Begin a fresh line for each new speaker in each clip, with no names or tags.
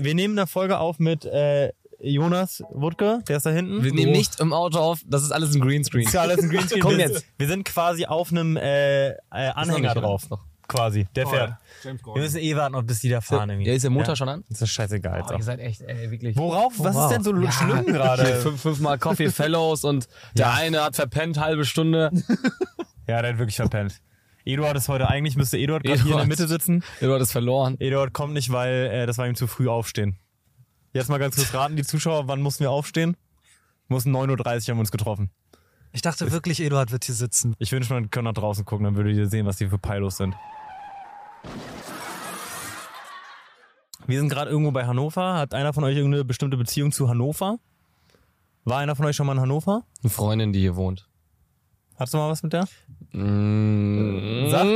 wir nehmen eine Folge auf mit äh, Jonas Wutke, der ist da hinten.
Wir nehmen nicht im Auto auf, das ist alles ein Greenscreen.
Ja, alles ein Greenscreen.
Oh. Komm
Wir-
jetzt.
Wir sind quasi auf einem äh, äh, Anhänger
nicht
drauf. Quasi, der fährt.
James
Wir
Gordon.
müssen eh warten, ob bis die da fahren irgendwie.
Ja, ist der Motor schon an?
Das ist scheißegal.
Oh,
Alter.
ihr seid echt, ey, wirklich.
Worauf? Was
Wow.
ist denn so
Ja.
schlimm gerade?
Fünf, fünfmal Coffee Fellows und der eine hat verpennt halbe Stunde.
Ja, der hat wirklich verpennt. Eduard ist heute, eigentlich müsste Eduard, gerade hier in der
Eduard.
Mitte sitzen.
Du hattest verloren.
Eduard kommt nicht, weil äh, das war ihm zu früh aufstehen. Jetzt mal ganz kurz raten, die Zuschauer, wann mussten wir aufstehen? Wir mussten 9.30 Uhr haben wir uns getroffen.
Ich dachte wirklich, Eduard wird hier sitzen.
Ich wünschte, man könnte nach draußen gucken, dann würdet ihr sehen, was die für Pilos sind. Wir sind gerade irgendwo bei Hannover. Hat einer von euch irgendeine bestimmte Beziehung zu Hannover? War einer von euch schon mal in Hannover?
Eine Freundin, die hier wohnt.
Hattest du mal was mit der?
Sag.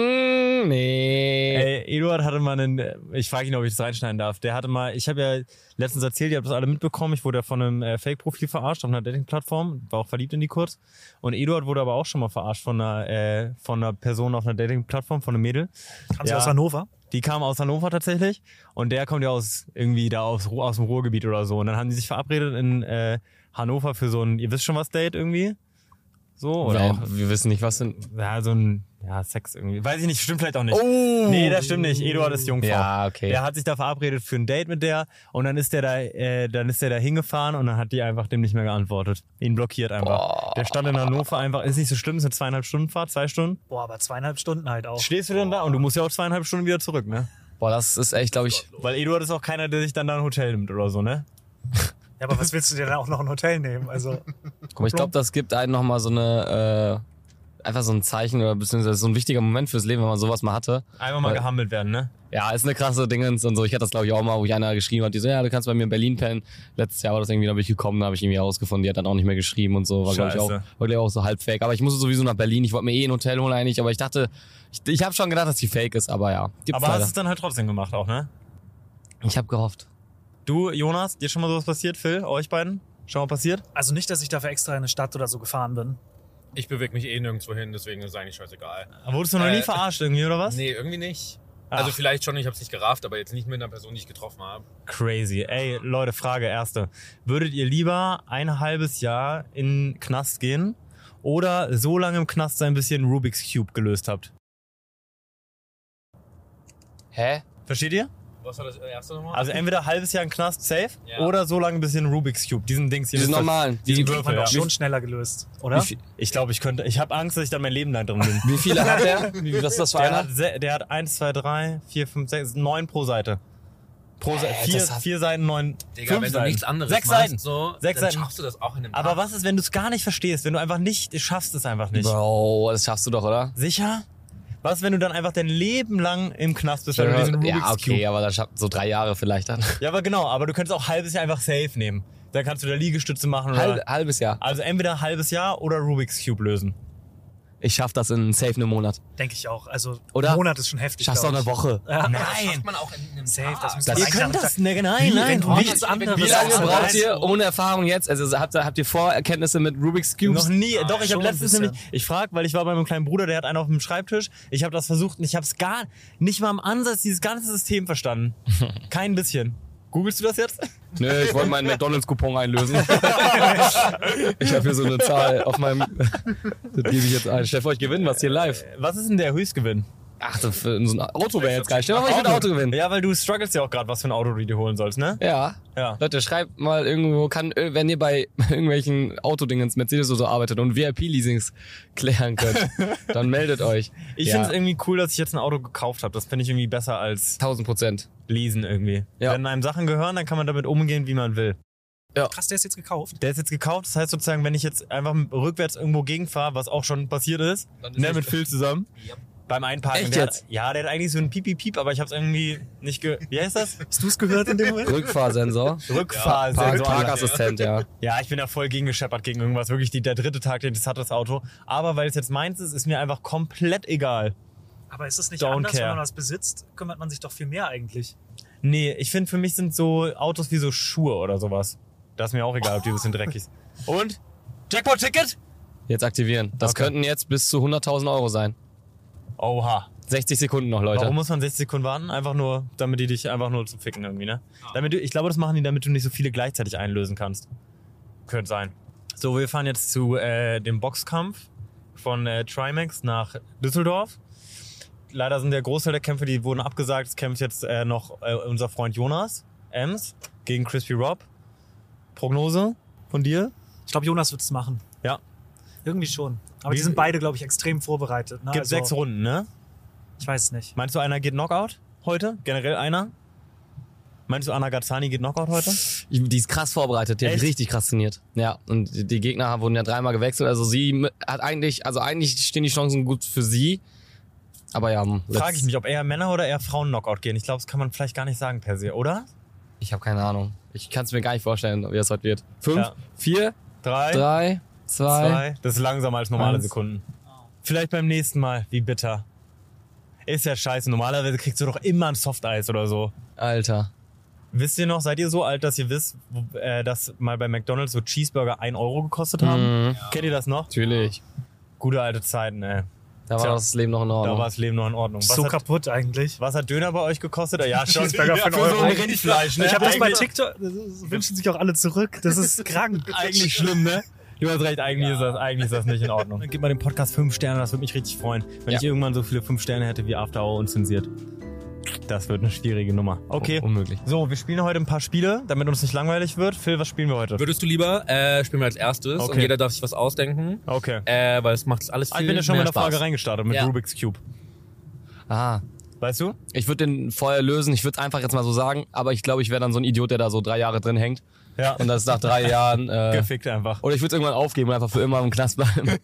Nee.
Äh, Ey, Eduard hatte mal einen, äh, ich frage ihn, ob ich das reinschneiden darf. Der hatte mal, ich habe ja letztens erzählt, ihr habt das alle mitbekommen, ich wurde ja von einem äh, Fake-Profil verarscht auf einer Dating-Plattform, war auch verliebt in die kurz. Und Eduard wurde aber auch schon mal verarscht von einer, äh, von einer Person auf einer Dating-Plattform, von einem Mädel.
Kam sie
Ja.
aus Hannover?
Die kam aus Hannover tatsächlich und der kommt ja aus irgendwie da aus, Ru- aus dem Ruhrgebiet oder so. Und dann haben die sich verabredet in äh, Hannover für so ein, ihr wisst schon was, Date irgendwie? So, oder
Nein,
auch
wir wissen nicht, was sind.
ja, so ein ja, Sex irgendwie. Weiß ich nicht, stimmt vielleicht auch nicht.
Oh,
Oh! Nee, das stimmt nicht. Eduard ist Jungfrau.
Oh. Ja, okay.
Der hat sich da verabredet für ein Date mit der und dann ist der da, äh, dann ist der da hingefahren und dann hat die einfach dem nicht mehr geantwortet. Ihn blockiert einfach. Der stand in Hannover einfach, ist nicht so schlimm, ist eine zweieinhalb Stunden Fahrt, zwei Stunden.
Boah, aber zweieinhalb Stunden halt
Oh.
auch.
Stehst du denn da und du musst ja auch zweieinhalb Stunden wieder zurück, ne?
Boah, das ist echt, glaube ich.
Weil Eduard ist auch keiner, der sich dann da ein Hotel nimmt oder so, ne?
Ja, aber was willst du dir dann auch noch ein Hotel nehmen? Also,
Aber ich glaube, das gibt einem nochmal so eine. Äh, einfach so ein Zeichen oder beziehungsweise so ein wichtiger Moment fürs Leben, wenn man sowas mal hatte.
Einfach mal
Weil-
gehammelt werden, ne?
Ja, ist eine krasse Dingens und so. Ich hatte das, glaube ich, auch mal, wo ich einer geschrieben hat, die so, ja, du kannst bei mir in Berlin pennen. Letztes Jahr war das irgendwie, da bin ich gekommen, da habe ich irgendwie herausgefunden, die hat dann auch nicht mehr geschrieben und so. War, glaube ich, auch, war,
Scheiße.
glaub ich, auch so halb fake. Aber ich musste sowieso nach Berlin. Ich wollte mir eh ein Hotel holen eigentlich, aber ich dachte, ich, ich habe schon gedacht, dass die fake ist, aber ja. Gibt's
Aber hast
leider.
es dann halt trotzdem gemacht auch, ne?
Ich habe gehofft.
Du, Jonas, dir schon mal sowas passiert? Phil, euch beiden? Schon mal passiert?
also nicht, dass ich dafür extra in eine Stadt oder so gefahren bin.
Ich bewege mich eh nirgendwo hin, deswegen ist es eigentlich scheißegal.
Wurdest du noch
Äh,
nie verarscht irgendwie, oder was?
Nee, irgendwie nicht. Also
Ach.
vielleicht schon, ich habe es nicht gerafft, aber jetzt nicht mit einer Person, die ich getroffen habe.
Crazy. Ey, Leute, Frage erste. Würdet ihr lieber ein halbes Jahr in den Knast gehen oder so lange im Knast sein, bis ihr einen Rubik's Cube gelöst habt?
Hä?
Versteht ihr?
Was war das äh, erste nochmal?
Also entweder ein halbes Jahr im Knast safe
Ja.
oder so lange, bis ihr einen Rubik's Cube, diesen Dings hier.
Die sind
wisst ihr-
normalen. Die,
Diesen
wie,
Hat man
Würfel,
doch
ja.
schon schneller gelöst, oder?
vi-
Ich glaube, ich könnte, ich habe Angst, dass ich dann mein Leben lang drin bin.
wie viele hat der? Wie, was ist das für
Der
einer?
hat, se- der hat 1, 2, 3, 4, 5, 6, 9 pro Seite. Pro Se
Äh,
vier,
das hat-
vier Seiten, neun,
Digga,
fünf
wenn du
Seiten.
nichts anderes
Sechs
machst,
Seiten.
so,
Sechs
dann
Seiten.
schaffst du das auch in einem
Aber
Tag.
was ist, wenn du es gar nicht verstehst? Wenn du einfach nicht, schaffst es einfach nicht.
Bro, das schaffst du doch, oder?
Sicher? Was, wenn du dann einfach dein Leben lang im Knast bist, weil du diesen Rubik's
ja, okay,
Cube...
aber das schafft so drei Jahre vielleicht dann.
Ja, aber genau, aber du könntest auch halbes Jahr einfach safe nehmen. Dann kannst du da Liegestütze machen oder...
Halb, halbes Jahr.
also entweder halbes Jahr oder Rubik's Cube lösen.
Ich schaff das in safe einem Monat.
Denke ich auch. Also,
Oder?
ein Monat ist schon heftig.
Schaffst du
glaub
auch eine Woche.
ich. Ja.
Nein!
man auch in einem
Safe, das müsste
Das-
eigentlich
Ihr
am Tag-
ne, nein,
Wie, wenn du
wie-
nichts anderes also,
Wie lange
außer
braucht
das-
ihr ohne Erfahrung jetzt? Also habt ihr, habt ihr Vorerkenntnisse mit Rubik's Cubes?
Noch nie, doch, ich
schon
habe letztens
ein bisschen.
nämlich, ich frag, weil ich war bei meinem kleinen Bruder, der hat einen auf dem Schreibtisch, ich habe das versucht und ich habe es gar nicht mal im Ansatz dieses ganze System verstanden. Kein bisschen. Googlest du das jetzt? Äh,
Nö, Ne, ich wollte meinen McDonalds-Coupon einlösen. ich habe hier so eine Zahl auf meinem. Das gebe ich jetzt ein. Stell dir vor, ich gewinne was hier live.
Was ist denn der Höchstgewinn?
Ach, das für so ein Auto wäre jetzt geil. Stell dir vor, Oh, ich würde ein Auto gewinnen.
Ja, weil du struggles ja auch gerade, was für ein Auto du dir holen sollst, ne?
Ja.
Ja.
Leute, schreibt mal irgendwo, kann, wenn ihr bei irgendwelchen Autodingens Mercedes oder so arbeitet und VIP-Leasings klären könnt, dann meldet euch.
Ich
ja,
finde es irgendwie cool, dass ich jetzt ein Auto gekauft habe. Das finde ich irgendwie besser als
1000 Prozent.
lesen irgendwie.
Ja.
Wenn einem Sachen gehören, dann kann man damit umgehen, wie man will.
Krass, der ist jetzt gekauft.
Der ist jetzt gekauft, das heißt sozusagen, wenn ich jetzt einfach rückwärts irgendwo gegenfahre, was auch schon passiert ist,
Dann ist
ne,
nicht-
mit Phil zusammen,
Ja.
beim Einparken.
Echt
der
jetzt?
Hat, ja, der hat eigentlich so ein Piep-Piep-Piep, aber ich habe es irgendwie nicht ge... Wie heißt das?
Hast du es gehört in dem Moment?
Rückfahrsensor. Park,
Rückfahrsensor.
Parkassistent, ja.
Ja, ich bin da voll gegen gescheppert gegen irgendwas. Wirklich die, der dritte Tag, den das hat das Auto. Aber weil es jetzt meins ist, ist mir einfach komplett egal.
Aber ist es nicht
Don't
anders,
care.
wenn man was besitzt, kümmert man sich doch viel mehr eigentlich.
Nee, ich finde, für mich sind so Autos wie so Schuhe oder sowas. Das ist mir auch egal, ob die ein bisschen dreckig sind. Und? Jackpot-Ticket?
Jetzt aktivieren. Das
Okay.
könnten jetzt bis zu 100.000 Euro sein.
Oha.
60 Sekunden noch, Leute.
Warum muss man 60 Sekunden warten? Einfach nur, damit die dich einfach nur zum Ficken irgendwie, ne? Damit du, ich glaube, das machen die, damit du nicht so viele gleichzeitig einlösen kannst. Könnte sein. So, wir fahren jetzt zu äh, dem Boxkampf von äh, Trimax nach Düsseldorf. Leider sind der Großteil der Kämpfe, die wurden abgesagt. Es kämpft jetzt äh, noch äh, unser Freund Jonas Ems gegen Crispy Rob. Prognose von dir?
Ich glaube, Jonas wird es machen.
Ja.
Irgendwie schon. Aber
Wie-
die sind beide, glaube ich, extrem vorbereitet. Ne?
Gibt
Also,
sechs Runden, ne?
Ich weiß nicht.
Meinst du, einer geht Knockout heute? Generell einer? Meinst du, Anna Gazzani geht Knockout heute?
Ich- Die ist krass vorbereitet, die hat
Echt?
richtig krass trainiert. Ja, und die- die Gegner wurden ja dreimal gewechselt. Also sie m- hat eigentlich, also eigentlich stehen die Chancen gut für sie. Aber ja, hm,
Frage ich mich, ob eher Männer oder eher Frauen Knockout gehen. Ich glaube, das kann man vielleicht gar nicht sagen per se, oder?
Ich habe keine Ahnung. Ich kann es mir gar nicht vorstellen, wie das heute wird. Fünf,
Ja.
vier,
Drei,
drei, zwei.
zwei. Das ist langsamer als normale
eins.
Sekunden. Vielleicht beim nächsten Mal, wie bitter. Ist ja scheiße. Normalerweise kriegst du doch immer ein Softeis oder so.
Alter.
Wisst ihr noch, seid ihr so alt, dass ihr wisst, wo- äh, dass mal bei McDonalds so Cheeseburger 1 Euro gekostet haben?
Mhm.
Kennt ihr das noch?
Natürlich.
Gute alte Zeiten, ey.
Da war
Tja.
das Leben noch in
Da
Ordnung.
war das Leben noch in Ordnung. Was,
so
hat,
kaputt eigentlich.
was hat Döner bei euch gekostet? Ja, schon.
Cheeseburger für einen Euro.
Rindfleisch, ne?
Ich habe das bei
Eigentlich-
TikTok, das ist- wünschen sich auch alle zurück. Das ist krank.
eigentlich schlimm, ne? Du hast recht, eigentlich, ist das, eigentlich ist das nicht in Ordnung. Gib mal dem Podcast 5 Sterne, das würde mich richtig freuen. Wenn
Ja.
ich irgendwann so viele 5 Sterne hätte wie After Hour unzensiert. Das wird eine schwierige Nummer. Okay.
Unmöglich.
So, wir spielen heute ein paar Spiele, damit uns nicht langweilig wird. Phil, was spielen wir heute?
Würdest du lieber, äh, spielen wir als erstes
Okay.
und jeder darf sich was ausdenken,
Okay.
äh, weil es macht alles
Ah,
viel
ich bin ja schon mit
mehr
der
Spaß.
Frage reingestartet mit
Ja.
Rubik's Cube.
Ah,
Weißt du?
ich würde den vorher lösen. Ich würde einfach jetzt mal so sagen. Aber ich glaube, ich wäre dann so ein Idiot, der da so drei Jahre drin hängt.
Ja. Genau.
Und das nach drei Jahren. Äh,
Gefickt einfach.
Oder ich würde es irgendwann aufgeben und einfach für immer im Knast bleiben.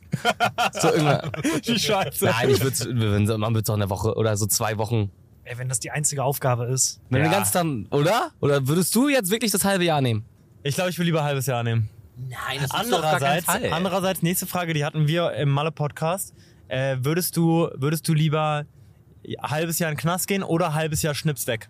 so irgendwann.
Die Scheiße.
Nein, ich würde man würde es auch in der Woche oder so zwei Wochen.
Ey, wenn das die einzige Aufgabe ist.
Wenn wir
Ja.
ganz dann, oder? Oder würdest du jetzt wirklich das halbe Jahr nehmen?
Ich glaube, ich will lieber ein halbes Jahr nehmen.
Nein, das ist doch gar kein
Andererseits,
Fall. ey.
andererseits, nächste Frage, die hatten wir im Malle-Podcast. Äh, würdest, du, würdest du lieber ein halbes Jahr in den Knast gehen oder ein halbes Jahr Schnips weg?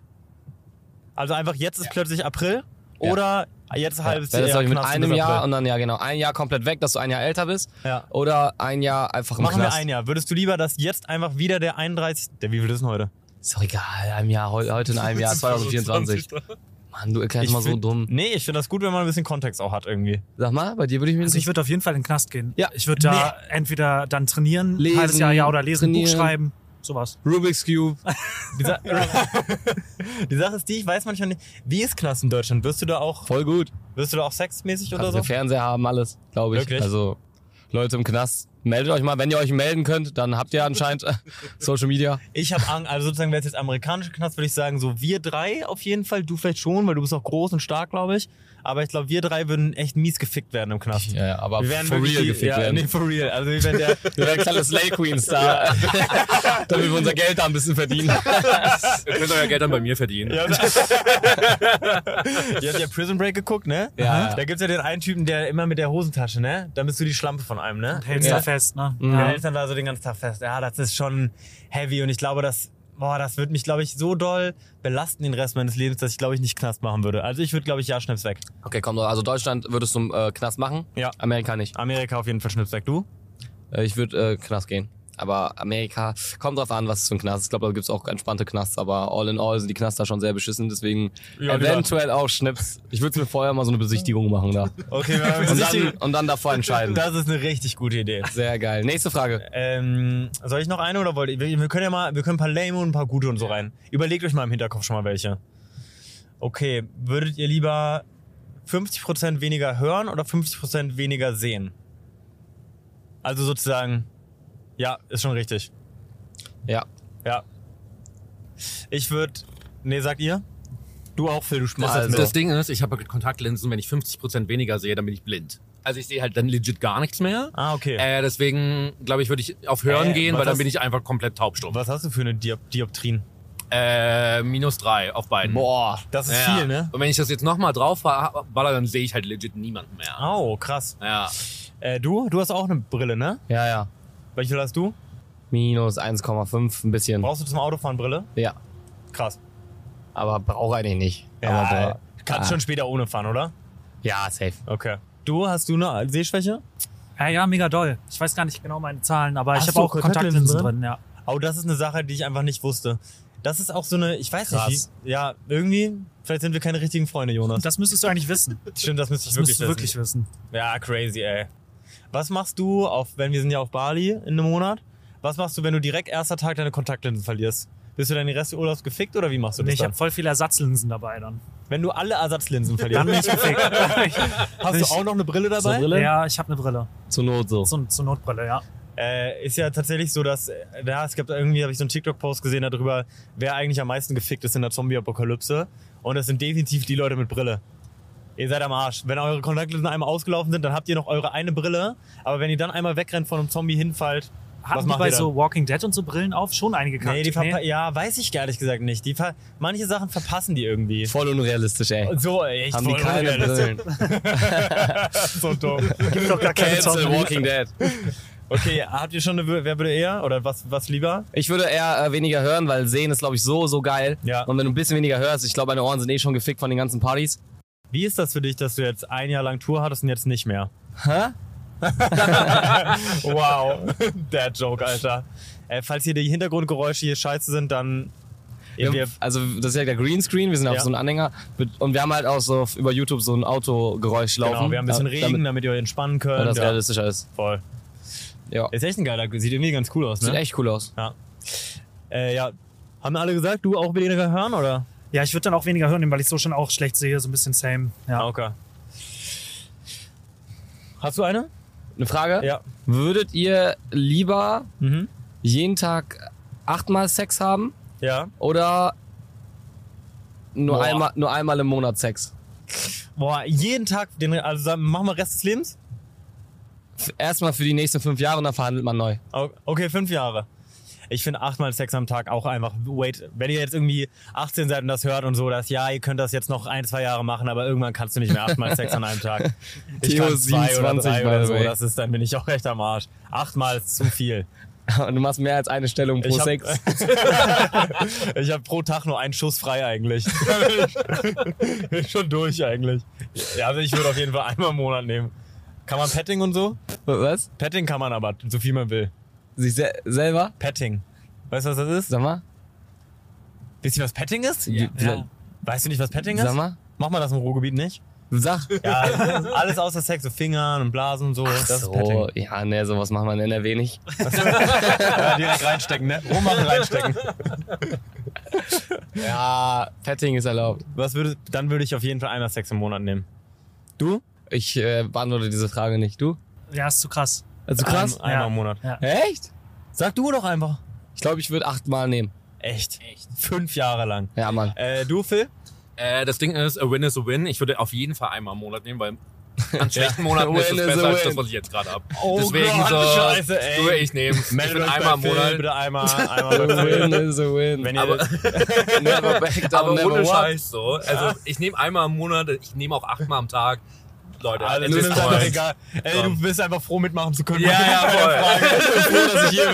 Also einfach jetzt ist plötzlich April
Ja.
oder jetzt ein halbes
Wäre das
Jahr
glaub ich, mit
Knast
einem
bis
Jahr
April.
und dann ja genau. Ein Jahr komplett weg, dass du ein Jahr älter bist.
Ja.
Oder ein Jahr einfach im
Machen wir
Knast.
ein Jahr. Würdest du lieber, dass jetzt einfach wieder der 31. Der, wie viel ist denn heute?
Ist doch egal, ein Jahr, heu- heute in einem Jahr, 2024. Mann, du erklärst mal so
find-
dumm.
Nee, ich finde das gut, wenn man ein bisschen Kontext auch hat irgendwie.
Sag mal, bei dir würde ich mir
Also ich würde auf jeden Fall in den Knast gehen.
Ja.
Ich würde da entweder dann trainieren,
Lesen,
ein halbes Jahr, ja, oder lesen,
trainieren.
Buch schreiben, sowas.
Rubik's Cube.
Die, Sa die Sache ist die, ich weiß manchmal nicht, wie ist Knast in Deutschland? Wirst du da auch,
Voll gut.
wirst du da auch sexmäßig oder
Kannst
so?
einen Fernseher haben, alles, glaube ich.
Wirklich?
Also, Leute im Knast, meldet euch mal. Wenn ihr euch melden könnt, dann habt ihr anscheinend äh, Social Media.
Ich habe Angst, also sozusagen wäre es jetzt amerikanische Knast, würde ich sagen, so wir drei auf jeden Fall, du vielleicht schon, weil du bist auch groß und stark, glaube ich. Aber ich glaube, wir drei würden echt mies gefickt werden im Knast.
Ja, ja, aber
Wir wären
for
wirklich
real
die-
gefickt
ja,
werden.
Nee, for real. Also wir wären der,
Wir werden kleine Slay Queens da, damit wir unser Geld da ein bisschen verdienen.
Ihr könnt euer Geld dann bei mir verdienen.
Ja. Ihr habt ja Prison Break geguckt, ne?
Ja, ja.
Da gibt's ja den einen Typen, der immer mit der Hosentasche, ne? Da bist du die Schlampe von einem, ne?
Hältst
Ja. Mhm.
da fest, ne?
Der
Ja.
hält dann da so den ganzen Tag fest. Ja, das ist schon heavy und ich glaube, das, boah, das wird mich, glaube ich, so doll belasten den Rest meines Lebens, dass ich, glaube ich, nicht Knast machen würde. Also ich würde, glaube ich, ja, Schnips weg.
Okay, komm, also Deutschland würdest du äh, Knast machen?
Ja.
Amerika nicht.
Amerika auf jeden Fall Schnips weg. Du?
Äh, ich würde äh, Knast gehen. Aber Amerika, kommt drauf an, was es für ein Knast ist. Ich glaube, da gibt's auch entspannte Knasts, aber all in all sind die Knasts da schon sehr beschissen, deswegen
Ja, lieber-
eventuell auch Schnips. Ich würde mir vorher mal so eine Besichtigung machen da.
Okay, wir haben
Und
uns
dann,
richtig-
und dann davor entscheiden.
das ist eine richtig gute Idee.
Sehr geil. Nächste Frage.
Ähm, soll ich noch eine oder wollt ihr? Wir wir können ja mal, wir können ein paar lame und ein paar gute und so rein. Überlegt euch mal im Hinterkopf schon mal welche. Okay, würdet ihr lieber 50% weniger hören oder 50% weniger sehen? Also sozusagen, ja, ist schon richtig.
Ja.
Ja. Ich würde, nee, sagt ihr? Du auch, Phil, du schmeißt
Das,
das
das
mit.
Ding ist, ich habe Kontaktlinsen, wenn ich 50% weniger sehe, dann bin ich blind. Also ich sehe halt dann legit gar nichts mehr.
Ah, okay.
Äh, deswegen, glaube ich, würde ich auf Hören
Äh,
gehen,
was
weil dann
hast-
bin ich einfach komplett taubstumm.
Was hast du für eine Diop Dioptrien?
Äh, minus drei auf beiden.
Boah.
Das ist
Ja.
viel, ne?
Und wenn ich das jetzt nochmal drauf ba- baller, dann sehe ich halt legit niemanden mehr.
Au, krass.
Ja.
Äh, du, du hast auch eine Brille, ne?
Ja, ja.
Welche hast du?
Minus 1,5, ein bisschen.
Brauchst du zum Autofahren Brille?
Ja.
Krass.
Aber brauche eigentlich nicht.
Ja,
aber,
äh, kannst schon später ohne fahren, oder?
ja, safe.
Okay. Du, hast du eine Sehschwäche?
ja, ja, mega doll. Ich weiß gar nicht genau meine Zahlen, aber
Hast
ich habe
du
auch
Kontaktlinsen
Kontaktlinsen
drin?
drin, ja.
Aber das ist eine Sache, die ich einfach nicht wusste. Das ist auch so eine, ich weiß nicht,
Krass.
wie, ja, irgendwie, vielleicht sind wir keine richtigen Freunde, Jonas.
Das müsstest du eigentlich wissen.
Stimmt, das müsste ich wirklich,
Das müsstest du wirklich wissen.
wissen. Ja, crazy, ey. Was machst du, auf, wenn wir sind ja auf Bali in einem Monat, was machst du, wenn du direkt erster Tag deine Kontaktlinsen verlierst? Bist du dann den Rest des Urlaubs gefickt oder wie machst du das
Nee, ich
dann?
habe voll viele Ersatzlinsen dabei dann.
Wenn du alle Ersatzlinsen
Dann bin
verlierst,
ich gefickt.
hast du auch noch eine Brille
Zur
dabei?
Brille?
ja, ich habe eine Brille.
Zur Not so.
Zur, zur Notbrille, ja.
Äh, ist ja tatsächlich so, dass äh, ja, es gibt irgendwie, habe ich so einen TikTok-Post gesehen darüber, wer eigentlich am meisten gefickt ist in der Zombie-Apokalypse. Und das sind definitiv die Leute mit Brille. Ihr seid am Arsch. Wenn eure Kontaktlinsen einmal ausgelaufen sind, dann habt ihr noch eure eine Brille. Aber wenn ihr dann einmal wegrennt von einem Zombie hinfallt, was
Hatten die
macht
bei
ihr dann?
so Walking Dead und so Brillen auf schon einige
nee, die
Charaktere.
verpa- Ja, weiß ich ehrlich gesagt nicht. Die ver manche Sachen verpassen die irgendwie.
Voll unrealistisch, ey.
So, ey, echt
Haben die
voll
keine
unrealistisch.
Brillen.
so dumm.
Gibt doch gar keine
Cancel
Zombies.
Walking Dead.
Okay, habt ihr schon eine, Wür- wer würde eher oder was, was lieber?
Ich würde eher äh, weniger hören, weil sehen ist, glaube ich, so, so geil.
Ja.
Und wenn du ein bisschen weniger hörst, ich glaube, meine Ohren sind eh schon gefickt von den ganzen Partys.
Wie ist das für dich, dass du jetzt ein Jahr lang Tour hattest und jetzt nicht mehr?
Hä?
Wow, der Joke, Alter. Äh, falls hier die Hintergrundgeräusche hier scheiße sind, dann.
Wir,
Ihr, wir,
also das ist ja der Greenscreen, wir sind auf
Ja.
so einem Anhänger Mit- und wir haben halt auch so auf- über YouTube so ein Autogeräusch laufen.
genau, wir haben ein bisschen
da-
Regen, damit, ihr euch entspannen
Damit, weil
könnt.
Oh, das
Ja,
realistischer ist.
voll.
Ja.
Ist echt ein geiler, sieht irgendwie ganz cool aus,
Sieht
ne?
echt cool aus.
Ja. Äh, ja. Haben alle gesagt, du auch weniger hören, oder?
Ja, ich würde dann auch weniger hören, weil ich so schon auch schlecht sehe, so ein bisschen same. Ja.
Ah, okay. Hast du eine?
Eine Frage?
Ja.
Würdet ihr lieber
Mhm.
jeden Tag achtmal Sex haben
Ja.
oder nur
Boah.
einmal, nur einmal im Monat Sex?
Boah, jeden Tag, den, also sagen, machen wir Rest des Lebens?
F- Erstmal für die nächsten fünf Jahre und dann verhandelt man neu.
Au- Okay, fünf Jahre. Ich finde achtmal Sex am Tag auch einfach, wait, wenn ihr jetzt irgendwie 18 seid und das hört und so, dass ja, ihr könnt das jetzt noch ein, zwei Jahre machen, aber irgendwann kannst du nicht mehr achtmal Sex an einem Tag. Ich
Theo
kann
ist
zwei oder
27,
drei
by
oder
the
so,
way.
das ist, dann bin ich auch recht am Arsch. Achtmal ist zu viel.
Und du machst mehr als eine Stellung pro
Ich hab-
Sex.
Ich habe pro Tag nur einen Schuss frei eigentlich. bin ich schon durch eigentlich. Ja, also ich würde auf jeden Fall einmal im Monat nehmen. Kann man Petting und so?
Was?
Petting kann man aber, so viel man will.
Sich se selber?
Petting. Weißt du, was das ist?
Sag mal.
Wisst ihr, was Petting ist?
Ja. Ja.
Weißt du nicht, was Petting ist?
Sag mal.
Mach mal das im Ruhrgebiet nicht.
Sag.
Ja, alles außer Sex, so Fingern und Blasen und so. das ist
so,
Petting.
ja, ne, sowas machen wir in NRW nicht.
Ja, direkt reinstecken, ne? Rummachen, reinstecken.
Ja, Petting ist erlaubt.
Was würde, dann würde ich auf jeden Fall einmal Sex im Monat nehmen.
Du? Ich äh, beantworte diese Frage nicht. Du?
ja, ist zu krass.
Also krass.
Ein, einmal
Ja.
im Monat.
Ja.
Echt?
Sag du doch einfach.
Ich glaube, ich würde achtmal nehmen.
Echt. Echt. Fünf Jahre lang.
Ja, Mann.
Äh, du, Phil?
Äh, das Ding ist, a win is a win. Ich würde auf jeden Fall einmal im Monat nehmen, weil an schlechten Monaten
A
ist
win
es
is a
besser als
win.
das, was ich jetzt gerade habe.
Oh
Deswegen
Gott,
so,
Scheiße, ey.
du, ich nehme Ich
Meldet
bin
euch
einmal im
bei Phil,
Monat.
Bitte einmal, einmal
A
bei
win
Phil.
is a win.
Wenn ihr,
Aber-
never back down,
Aber
never
ohne
what.
Scheiß so. Also ich nehme einmal im Monat, ich nehme auch achtmal am Tag. Leute,
alles
at this
Also ist einfach
point.
egal. Ey, du
Komm.
bist einfach froh, mitmachen zu können.
Ja, ja, voll.
froh, dass ich hier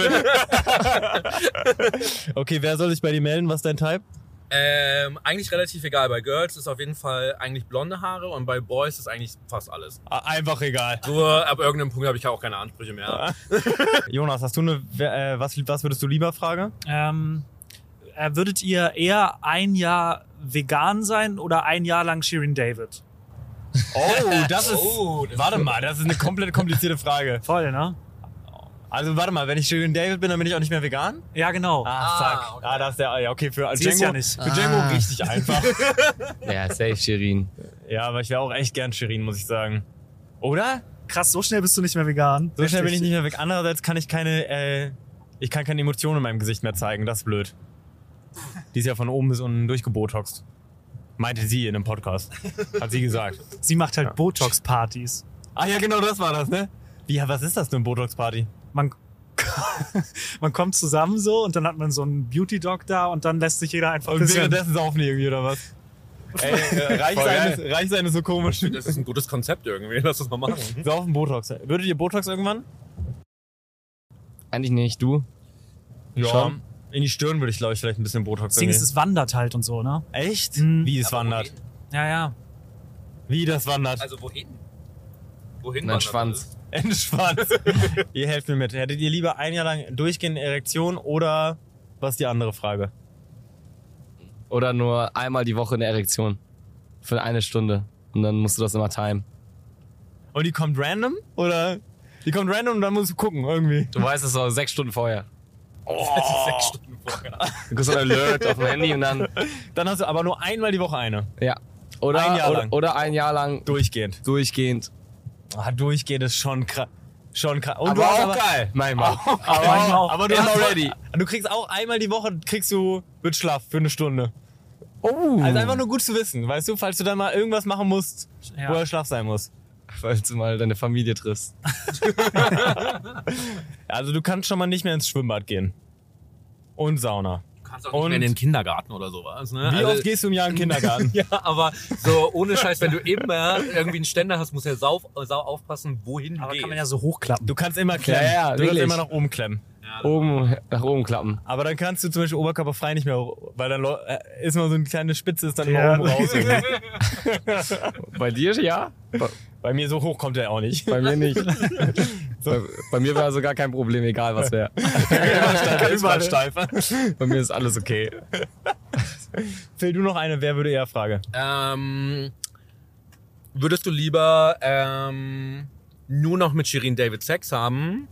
bin. okay, wer soll sich bei dir melden? Was ist dein Type?
Ähm, eigentlich relativ egal. Bei Girls ist auf jeden Fall eigentlich blonde Haare und bei Boys ist eigentlich fast alles.
Ah, Einfach egal.
Nur ab irgendeinem Punkt habe ich auch keine Ansprüche mehr.
Jonas, hast du eine, wer- äh, was, was würdest du lieber Frage?
Ähm, äh, würdet ihr eher ein Jahr vegan sein oder ein Jahr lang Shirin David?
Oh, das ist,
Oh, das-
warte mal, das ist eine komplett komplizierte Frage.
Voll, ne?
Also warte mal, wenn ich Shirin David bin, dann bin ich auch nicht mehr vegan?
Ja, genau.
Ah,
Ah,
fuck.
okay.
Ah, das ist der, ja, okay, für
Sie
Django,
ist ja nicht.
für Django
Ah.
richtig einfach.
Ja, safe, Shirin.
ja, aber ich wäre auch echt gern Shirin, muss ich sagen. Oder?
Krass, so schnell bist du nicht mehr vegan.
So schnell bin ich nicht mehr weg. Andererseits kann ich keine, äh, ich kann keine Emotionen in meinem Gesicht mehr zeigen. Das ist blöd. Die ist ja von oben bis unten durchgebotoxt. Meinte sie in einem Podcast. Hat sie gesagt.
Sie macht halt Botox-Partys.
Ah ja, genau das war das, ne? Wie, was ist das denn, Botox-Party?
Man, man kommt zusammen so und dann hat man so einen Beauty-Doc da und dann lässt sich jeder einfach ein
Und
bisschen...
währenddessen saufen die irgendwie, oder was? Ey, äh, reich,
Voll
sein ist,
geil.
reich sein ist so komisch.
Das ist ein gutes Konzept irgendwie. Lass das mal machen.
Saufen Botox. Würdet ihr Botox irgendwann?
Eigentlich nicht, du. Schon.
In die Stirn würde ich, glaube ich, vielleicht ein bisschen Botox
Das Ding ist,
irgendwie.
es wandert halt und so, ne?
Echt?
Mhm.
halt Wie es wandert.
Ja, ja.
Wie das wandert.
Also wohin? Wohin
Nein,
wandert
Schwanz.
Endschwanz. ihr helft mir mit. Hättet ihr lieber ein Jahr lang durchgehende Erektion oder was ist die andere Frage?
Oder nur einmal die Woche eine Erektion. Für eine Stunde. Und dann musst du das immer timen.
Und die kommt random? Oder? Die kommt random und dann musst du gucken irgendwie.
Du weißt es so sechs Stunden vorher.
Das ist sechs Stunden vorher.
Du kriegst so ein Alert auf dem Handy und dann.
Dann hast du aber nur einmal die Woche eine.
Ja. Oder
Ein Jahr
oder,
lang.
oder ein Jahr lang
Durchgehend.
durchgehend.
Ah, durchgehend ist schon krass. Schon krass. Und
aber
hast
auch geil. Manchmal.
Aber,
Manchmal auch.
aber du,
Immer
hast auch-
ready.
du kriegst auch einmal die Woche, kriegst du, wird schlaff für eine Stunde.
Oh.
Also einfach nur gut zu wissen, weißt du, falls du dann mal irgendwas machen musst,
Ja.
wo er schlaff sein muss.
Falls du mal deine Familie triffst.
Also du kannst schon mal nicht mehr ins Schwimmbad gehen. Und Sauna.
Du kannst auch
Und-
nicht mehr in den Kindergarten oder sowas. Ne?
Wie
Also-
oft gehst du im Jahr in den Kindergarten?
ja, aber so ohne Scheiß, wenn du immer irgendwie einen Ständer hast, musst du ja sau, sau aufpassen, wohin du
Aber
gehst.
kann man ja so hochklappen.
Du kannst immer klemmen.
Ja, ja,
du kannst
wirklich.
immer nach oben klemmen.
Oben, nach oben klappen.
Aber dann kannst du zum Beispiel Oberkörper frei nicht mehr, weil dann lo- äh, ist mal so eine kleine Spitze, ist dann
Ja.
immer oben raus.
Bei dir ja? Bei,
Bei mir so hoch kommt er auch nicht.
bei mir nicht. bei, bei mir war sogar kein Problem, egal was wäre.
Überall steifer.
Bei mir ist alles okay.
Phil, du noch eine, wer würde eher Frage?
Ähm, würdest du lieber ähm, nur noch mit Shirin David Sex haben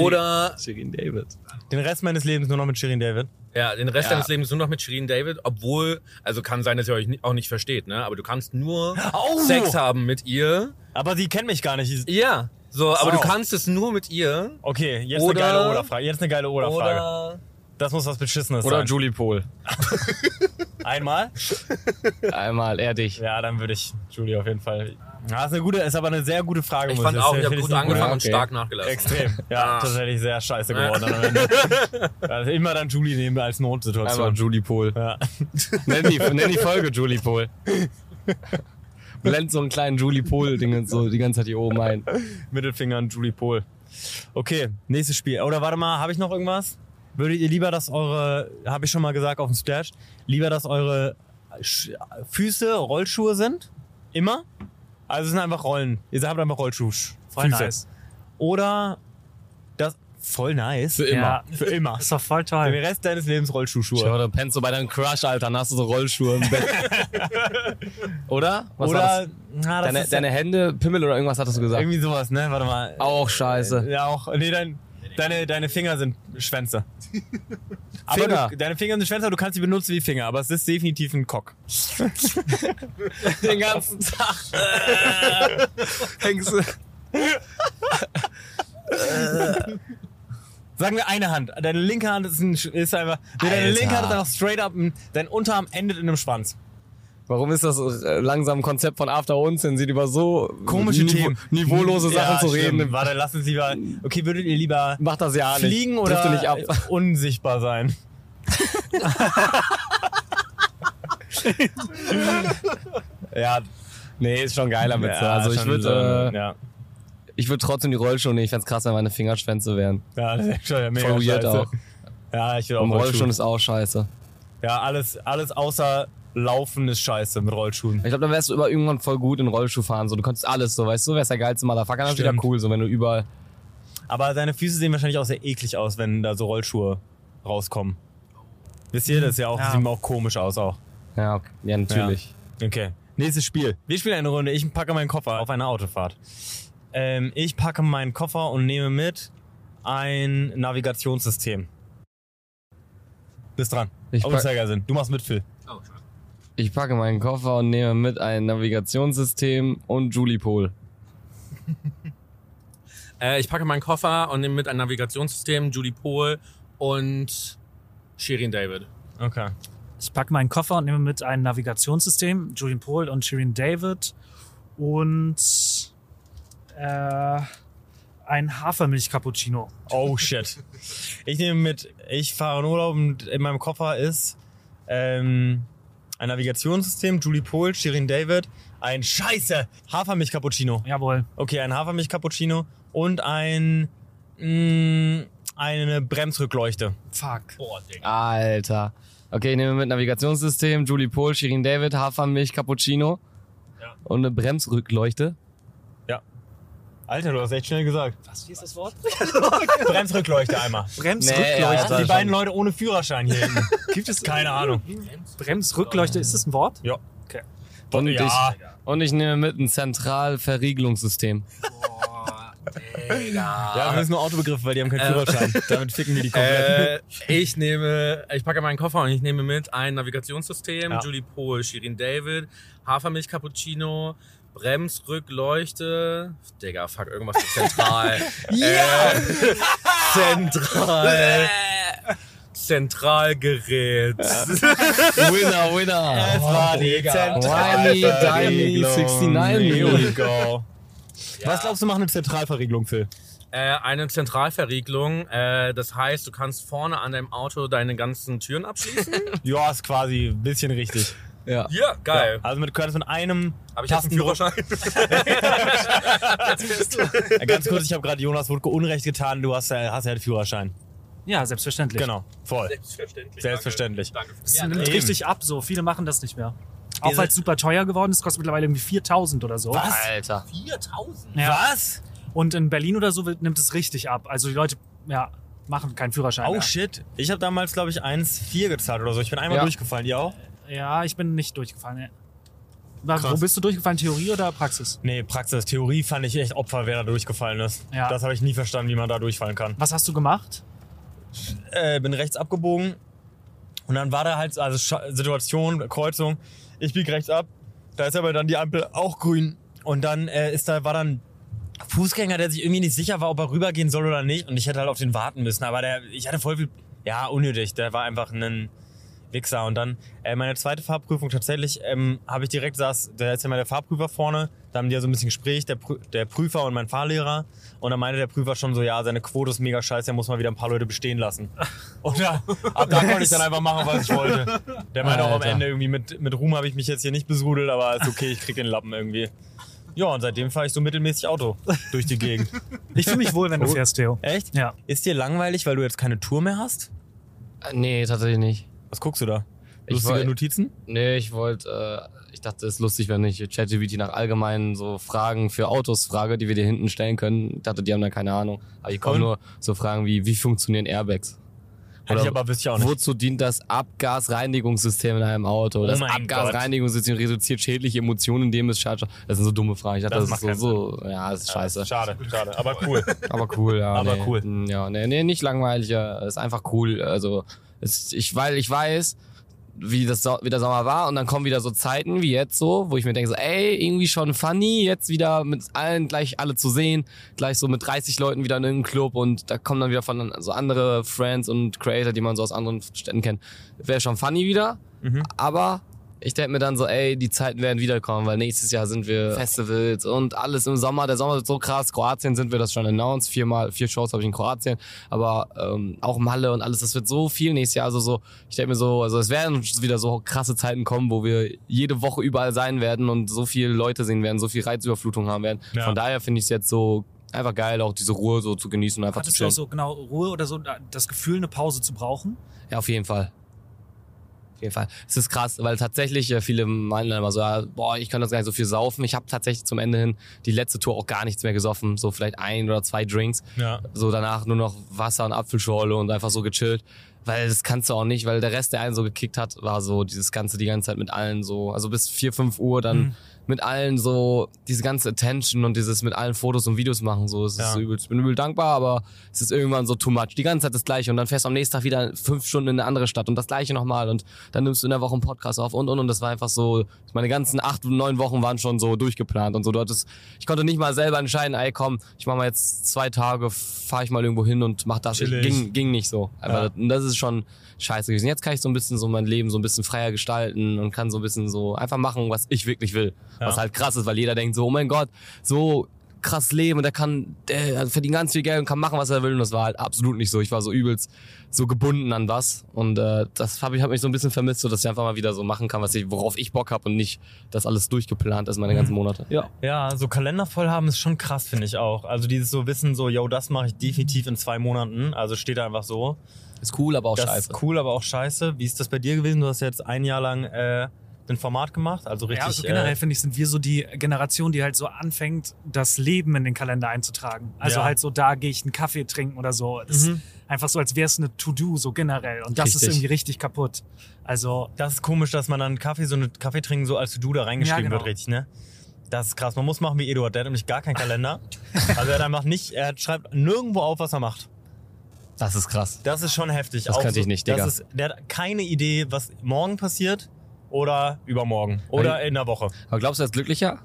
oder
Shirin David.
Den Rest meines Lebens nur noch mit Shirin David.
ja, den Rest
Ja.
deines Lebens nur noch mit Shirin David, obwohl, also kann sein, dass ihr euch ni- auch nicht versteht, ne? aber du kannst nur
Oh!
Sex haben mit ihr.
Aber sie kennt mich gar nicht.
Ja, so, aber
Oh.
du kannst es nur mit ihr.
Okay, jetzt
Oder-
eine geile Oder-Frage. Jetzt eine geile Oder-Frage.
Oder
das muss was Beschissenes
Oder
sein.
Julie Pohl.
Einmal?
Einmal, er dich.
Ja, dann würde ich Julie auf jeden Fall. Ja, ist eine gute, ist aber eine sehr gute Frage.
ich
muss
fand auch, ich
sagen.
habe
Finde
gut
eine gute-
angefangen
Ja,
und
okay.
stark nachgelassen.
Extrem. Ja,
Ah.
tatsächlich sehr scheiße geworden am Ende. Also immer dann Julie nehmen wir als
Einmal
Notsituation.
Julie Pohl.
Ja.
Nenn die, nenn die Folge Julie Pohl. Blend so einen kleinen Julie Pohl-Ding so die ganze Zeit hier oben ein.
Mittelfinger an Julie Pohl. Okay, nächstes Spiel. Oder warte mal, habe ich noch irgendwas? Würdet ihr lieber, dass eure, habe ich schon mal gesagt auf dem Splash, lieber, dass eure Sch Füße Rollschuhe sind? Immer? Also es sind einfach Rollen. Ihr habt einfach Rollschuhe.
Voll
Füße.
nice.
Oder das voll nice. Für
immer.
Für immer.
Das ist doch voll
Den
toll.
Rest deines Lebens
Ich
Rollschuhschuhe.
höre, du pennst so bei deinem Crush, Alter, dann hast du so Rollschuhe im Bett. Oder? Was war das?
Oder na, das
Deine,
ist ja
deine Hände, Pimmel oder irgendwas hattest du gesagt?
irgendwie sowas, ne? Warte mal.
Auch scheiße.
Ja, auch. Nee, dein, deine, deine Finger sind Schwänze. Aber
Finger.
Du, deine Finger sind Schwänze, aber du kannst sie benutzen wie Finger, aber es ist definitiv ein Cock.
Den ganzen Tag. Hängst du.
Sagen wir eine Hand. Deine linke Hand ist, ein, Sch- ist einfach. Nee, deine
Alter.
linke Hand ist einfach straight up. Ein, dein Unterarm endet in einem Schwanz.
Warum ist das äh, langsam ein Konzept von After Unsinn? Sieht über so
Komische
nive-
Themen.
niveaulose Sachen
Ja,
zu
stimmt.
reden.
Warte, lass uns lieber. Okay, würdet ihr lieber
Macht das ja nicht.
fliegen oder
Drifte nicht ab.
unsichtbar sein? ja,
Nee, ist schon geiler mit so.
ja,
Also ich
schon
würde
so, ja.
äh, ich würd trotzdem die Rollschuhe nehmen. Ich fänd's krass, wenn meine Fingerschwänze wären.
Ja, das ist schon mega
Voll weird
scheiße.
auch.
Ja, ich will auch
Und Rollschuhen
Rollschuhe.
ist auch scheiße.
Ja, alles, alles außer Laufen ist scheiße mit Rollschuhen.
Ich glaube, dann wärst du über irgendwann voll gut in Rollschuh fahren. So, du könntest alles so, weißt du, wärst der geilste Motherfucker. Dann wieder
Stimmt.
cool, so wenn du überall.
Aber deine Füße sehen wahrscheinlich auch sehr eklig aus, wenn da so Rollschuhe rauskommen. Wisst ihr, das ist ja auch,
Ja.
sieht mir auch komisch aus auch.
Ja, okay. ja natürlich.
Okay. Nächstes Spiel. Wir spielen eine Runde. Ich packe meinen Koffer auf einer Autofahrt. Ähm, ich packe meinen Koffer und nehme mit ein Navigationssystem. Bist dran.
Ich pack-
Uhrzeigersinn. Du machst mit, Phil.
Oh, scheiße.
Ich packe meinen Koffer und nehme mit ein Navigationssystem und Julie Pohl.
Äh, ich packe meinen Koffer und nehme mit ein Navigationssystem, Julie Pohl und Shirin David.
Okay.
Ich packe meinen Koffer und nehme mit ein Navigationssystem, Julian Pohl und Shirin David und äh, ein Hafermilch-Cappuccino.
Oh shit. Ich nehme mit, ich fahre in Urlaub und in meinem Koffer ist ähm, ein Navigationssystem, Julie Pohl, Shirin David, ein Scheiße, Hafermilch-Cappuccino.
Jawohl.
Okay, ein Hafermilch-Cappuccino und ein, mh, eine Bremsrückleuchte.
Fuck.
Boah, Digga.
Alter. Okay, ich nehme mit Navigationssystem, Julie Pohl, Shirin David, Hafermilch, Cappuccino
Ja.
und eine Bremsrückleuchte.
Ja. Alter, du hast echt schnell gesagt.
Was, wie ist das Wort?
Bremsrückleuchter einmal. Also
Bremsrückleuchter.
die beiden Leute ohne Führerschein hier hinten. Gibt es keine Ahnung?
Bremsrückleuchte, ist das ein Wort?
Ja.
Okay.
Und,
Ja.
ich, und ich nehme mit ein Zentralverriegelungssystem.
Boah, Digga.
Ja, wir müssen nur Autobegriffe, weil die haben keinen Führerschein. Damit ficken wir die komplett.
Äh, ich nehme, ich packe meinen Koffer und ich nehme mit ein Navigationssystem,
Ja.
Julie Pohl, Shirin David, Hafermilch Cappuccino, Bremsrückleuchte, Digga, fuck, irgendwas mit zentral. ja! Äh, zentral. Zentralgerät.
Winner, Winner.
Es war die
Whiny, Diny,
Zentralverriegelung.
69
Here we
Me.
go. Was glaubst du, macht eine Zentralverriegelung, Phil?
Äh, eine Zentralverriegelung, äh, das heißt, du kannst vorne an deinem Auto deine ganzen Türen abschließen.
Ja, ist quasi ein bisschen richtig.
Ja.
ja, geil.
Also mit, könntest mit einem
Hab ich jetzt einen
Tastendruck-
Führerschein?
Äh, Ganz kurz, ich habe gerade Jonas Wutke Unrecht getan. Du hast, ja- hast ja einen Führerschein.
Ja, selbstverständlich.
Genau, voll.
Selbstverständlich.
Selbstverständlich.
Danke. Danke.
Das
Ja,
nimmt
eben.
richtig ab, so. Viele machen das nicht mehr. Auch
Diese-
weil es super teuer geworden ist, kostet mittlerweile irgendwie 4000 oder so.
Was?
Alter.
4000?
Ja.
Was?
Und in Berlin oder so wird, nimmt es richtig ab. Also die Leute, ja, machen keinen Führerschein
Oh
mehr.
shit. Ich habe damals, glaube ich, 1,4 gezahlt oder so. Ich bin einmal
Ja.
durchgefallen. Ihr auch?
Ja, ich bin nicht durchgefallen. nee. Wa- Wo
Krass.
bist du durchgefallen? Theorie oder Praxis?
Nee, Praxis. Theorie fand ich echt Opfer, wer da durchgefallen ist.
Ja.
Das habe ich nie verstanden, wie man da durchfallen kann.
Was hast du gemacht?
äh, bin rechts abgebogen und dann war da halt also Scha- Situation Kreuzung. Ich bieg rechts ab, da ist aber dann die Ampel auch grün und dann äh, ist da war dann Fußgänger, der sich irgendwie nicht sicher war, ob er rübergehen soll oder nicht und ich hätte halt auf den warten müssen, aber der ich hatte voll viel ja unnötig, der war einfach ein Wichser und dann äh, meine zweite Fahrprüfung tatsächlich ähm, habe ich direkt saß, da ist ja mal der Fahrprüfer vorne, da haben die ja so ein bisschen Gespräch, der, Prü der Prüfer und mein Fahrlehrer und dann meinte der Prüfer schon so, ja, seine Quote ist mega scheiße, er muss mal wieder ein paar Leute bestehen lassen. Oder ab da konnte ich dann einfach machen, was ich wollte. Der meinte auch am
Alter.
Ende irgendwie, mit, mit Ruhm habe ich mich jetzt hier nicht besudelt, aber ist okay, ich krieg den Lappen irgendwie. Ja, und seitdem fahre ich so mittelmäßig Auto durch die Gegend.
Ich fühle mich wohl, wenn du
Oh.
fährst, Theo.
Echt?
Ja.
Ist dir langweilig, weil du jetzt keine Tour mehr hast?
Äh, Nee, tatsächlich nicht.
Was guckst du da?
Ich
Lustige
woll-
Notizen?
Nee, ich wollte, äh, ich dachte, es ist lustig, wenn ich ChatGPT nach allgemeinen so Fragen für Autos frage, die wir dir hinten stellen können. Ich dachte, die haben da keine Ahnung. Aber ich komme
Und?
nur so Fragen wie, wie funktionieren Airbags?
Hätte ich aber wüsste ich auch nicht. Oh
Wozu dient das Abgasreinigungssystem in einem Auto? Das
mein
Abgasreinigungssystem reduziert schädliche Emotionen, indem es Schadstoff. Das sind so dumme Fragen. Ich dachte,
Das
das,
macht
ist so, so, ja, das ist scheiße.
Schade, schade, aber cool.
Aber cool, ja.
Aber
nee.
cool.
Mm, Ja, nee, nee, nicht langweilig, ja. Ist einfach cool. Also, es, ich, weil ich weiß, wie, das, Sau- wie der Sommer war und dann kommen wieder so Zeiten wie jetzt so, wo ich mir denke, so, ey, irgendwie schon funny, jetzt wieder mit allen gleich alle zu sehen, gleich so mit 30 Leuten wieder in irgendeinem Club und da kommen dann wieder von so andere Friends und Creator, die man so aus anderen Städten kennt. Wäre schon funny wieder,
Mhm.
aber ich denke mir dann so, ey, die Zeiten werden wiederkommen, weil nächstes Jahr sind wir Festivals und alles im Sommer. Der Sommer wird so krass. Kroatien sind wir das schon announced. Viermal, vier Shows habe ich in Kroatien. Aber ähm, auch Malle und alles, das wird so viel nächstes Jahr. Also so, ich denke mir so, also es werden wieder so krasse Zeiten kommen, wo wir jede Woche überall sein werden und so viele Leute sehen werden, so viel Reizüberflutung haben werden.
Ja.
Von daher finde ich es jetzt so einfach geil, auch diese Ruhe so zu genießen und einfach zu
Hattest du auch
chillen.
so genau Ruhe oder so das Gefühl, eine Pause zu brauchen?
Ja, auf jeden Fall. Auf jeden Fall. Es ist krass, weil tatsächlich äh, viele meinen dann immer so, ja, boah, ich kann das gar nicht so viel saufen. Ich habe tatsächlich zum Ende hin die letzte Tour auch gar nichts mehr gesoffen. So vielleicht ein oder zwei Drinks.
Ja.
So danach nur noch Wasser und Apfelschorle und einfach so gechillt. Weil das kannst du auch nicht, weil der Rest, der einen so gekickt hat, war so dieses Ganze die ganze Zeit mit allen so, also bis 4, 5 Uhr dann
Mhm.
mit allen so, diese ganze Attention und dieses mit allen Fotos und Videos machen, so, es
Ja.
ist übel, ich bin übel dankbar, aber es ist irgendwann so too much. Die ganze Zeit das Gleiche und dann fährst du am nächsten Tag wieder fünf Stunden in eine andere Stadt und das Gleiche nochmal und dann nimmst du in der Woche einen Podcast auf und und und das war einfach so, meine ganzen acht, neun Wochen waren schon so durchgeplant und so, du hattest, ich konnte nicht mal selber entscheiden, ey komm, ich mache mal jetzt zwei Tage, fahre ich mal irgendwo hin und mach das.
Chillig.
Ging, ging nicht so. Aber
Ja.
das, und das ist schon scheiße gewesen. Jetzt kann ich so ein bisschen so mein Leben so ein bisschen freier gestalten und kann so ein bisschen so einfach machen, was ich wirklich will.
Ja.
Was halt krass ist, weil jeder denkt so, oh mein Gott, so krass leben und der kann, der verdient ganz viel Geld und kann machen, was er will. Und das war halt absolut nicht so. Ich war so übelst so gebunden an was. Und äh, das habe ich hab mich so ein bisschen vermisst, so dass ich einfach mal wieder so machen kann, was ich, worauf ich Bock habe und nicht, dass alles durchgeplant ist meine ganzen Monate. Mhm. Ja.
Ja, so Kalender voll haben ist schon krass, finde ich auch. Also dieses so Wissen, so, yo, das mache ich definitiv in zwei Monaten. Also steht da einfach so.
Ist cool, aber auch
das
scheiße.
ist cool, aber auch scheiße. Wie ist das bei dir gewesen? Du hast jetzt ein Jahr lang äh, ein Format gemacht, also richtig.
ja, also
äh,
generell finde ich, sind wir so die Generation, die halt so anfängt, das Leben in den Kalender einzutragen. Also
Ja.
halt so, da gehe ich einen Kaffee trinken oder so. Das
Mhm.
ist einfach so, als wäre es eine To-Do so generell. Und das ist
Richtig.
irgendwie richtig kaputt. Also
Das ist komisch, dass man dann Kaffee, so eine Kaffee trinken, so als To-Do da reingeschrieben
Ja, genau.
wird, richtig, ne? Das ist krass. Man muss machen wie Eduard. Der hat nämlich gar keinen Kalender. also er hat einfach nicht, er schreibt nirgendwo auf, was er macht.
Das ist krass.
Das ist schon heftig.
Das
Auch
kannte ich nicht, Digga.
Das ist, der hat keine Idee, was morgen passiert oder übermorgen oder
Weil-
in der Woche.
Aber glaubst du, er ist glücklicher?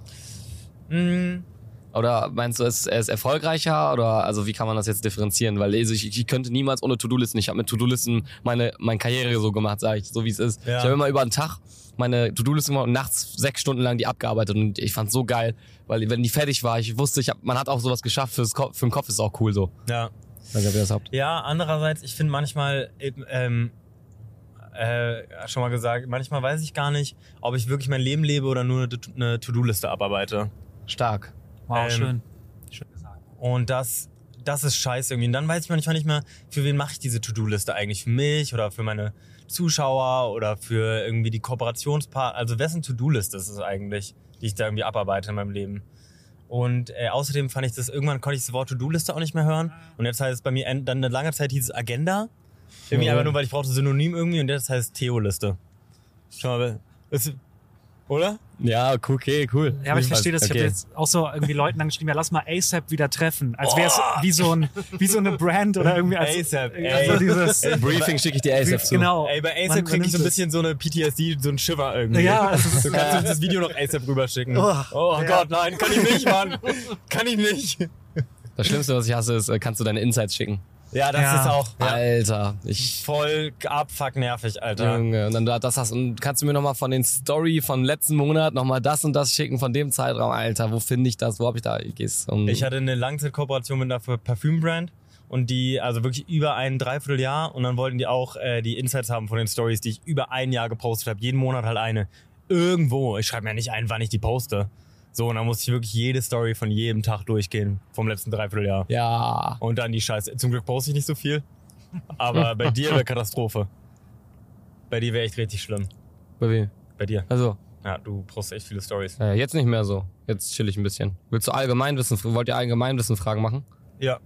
Mm,
Oder meinst du, er ist, er ist erfolgreicher? Oder also wie kann man das jetzt differenzieren? Weil also ich, ich könnte niemals ohne To-Do-Listen. Ich habe mit To-Do-Listen meine, meine Karriere so gemacht, sage ich, so wie es ist.
Ja.
Ich habe immer über den Tag meine To-Do-Listen gemacht und nachts sechs Stunden lang die abgearbeitet. Und ich fand's so geil, weil wenn die fertig war, ich wusste, ich hab, man hat auch sowas geschafft. Fürs Ko für den Kopf ist auch cool so.
ja.
Weiß nicht, ob ihr das habt.
ja, andererseits, ich finde manchmal, eben, ähm, äh, schon mal gesagt, manchmal weiß ich gar nicht, ob ich wirklich mein Leben lebe oder nur eine- eine To-Do-Liste abarbeite.
Stark.
wow,
Ähm,
schön. Schön gesagt.
Und das, das ist scheiße irgendwie. Und dann weiß ich manchmal nicht mehr, für wen mache ich diese To-Do-Liste eigentlich? Für mich oder für meine Zuschauer oder für irgendwie die Kooperationspartner. Also wessen To-Do-Liste ist es eigentlich, die ich da irgendwie abarbeite in meinem Leben? Und äh, außerdem fand ich das, irgendwann konnte ich das Wort To-Do-Liste auch nicht mehr hören. Und jetzt heißt es bei mir, en- dann eine lange Zeit hieß es Agenda. Irgendwie
Ja.
einfach nur, weil ich brauchte Synonym irgendwie und jetzt heißt es Theo-Liste. Schau mal, ist, oder?
Ja, okay, cool.
Ja, aber ich verstehe das. Ich
Okay.
habe jetzt auch so irgendwie Leuten angeschrieben, ja, lass mal ASAP wieder treffen. Als wäre es wie, so ein, wie so eine Brand oder irgendwie als,
ASAP, ey.
Also dieses,
Briefing schicke ich dir ASAP zu.
genau.
Ey, bei
Man
ASAP krieg ich
übernimmt
so ein
es.
bisschen so eine PTSD, so ein Shiver irgendwie.
Ja, das ist-
du kannst uns das Video noch ASAP rüberschicken. Oh,
Oh, ja.
Gott, nein, kann ich nicht, Mann. kann ich nicht.
Das Schlimmste, was ich hasse, ist, äh, kannst du deine Insights schicken.
Ja, das
Ja.
ist auch
Alter, ich
voll abfuck nervig, Alter.
Junge, und dann da- das hast und kannst du mir nochmal von den Story von letzten Monat nochmal das und das schicken von dem Zeitraum, Alter, wo finde ich das, wo hab ich da, ich geh's um,
Ich hatte eine Langzeitkooperation mit einer Parfümbrand und die, also wirklich über ein Dreivierteljahr und dann wollten die auch äh, die Insights haben von den Stories, die ich über ein Jahr gepostet habe. Jeden Monat halt eine. Irgendwo. Ich schreibe mir ja nicht ein, wann ich die poste. So, und dann musste ich wirklich jede Story von jedem Tag durchgehen vom letzten Dreivierteljahr.
ja,
Und dann die Scheiße. Zum Glück poste ich nicht so viel. Aber bei dir wäre Katastrophe. Bei dir wäre echt richtig schlimm.
bei wem?
Bei dir.
Also,
Ja, du postest echt viele Stories.
äh, jetzt nicht mehr so. Jetzt chill ich ein bisschen. Willst du Allgemeinwissen, wollt ihr Allgemeinwissen-Fragen machen?
Ja.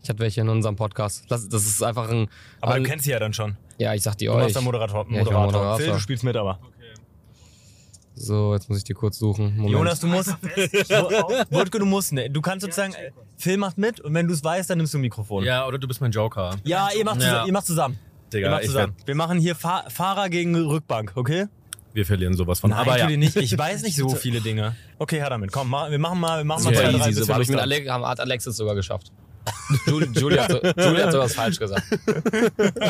Ich hatte welche in unserem Podcast. Das, das ist einfach ein,
Aber
ein-
du kennst sie ja dann schon.
ja, Oh, ich sag die
Du warst
euch.
der Moderator.
Ja, ich war
Moderator.
Moderator.
Phil, du spielst mit, aber.
So, jetzt muss ich dir kurz suchen. Moment.
Jonas, du musst. Wutke, du musst. Ne? Du kannst sozusagen. äh, Phil macht mit und wenn du es weißt, dann nimmst du ein Mikrofon.
Ja, oder du bist mein Joker.
Ja, ihr macht,
Ja.
Zusammen, ihr macht zusammen. ihr
Digga,
macht
ich
zusammen. Wir machen hier Fahr Fahrer gegen Rückbank, okay?
werd- wir verlieren sowas von. Aber
tu dir
ja.
nicht. Ich weiß nicht so viele Dinge. Okay, her damit. Komm, mach, wir machen mal, wir machen mal
Super
zwei, drei
easy,
bis
super.
wir
Hab ich
Lust
mit
haben.
Alex, haben- hat Alex es sogar geschafft. Jul- Julia, hat so- Julia hat sowas falsch gesagt.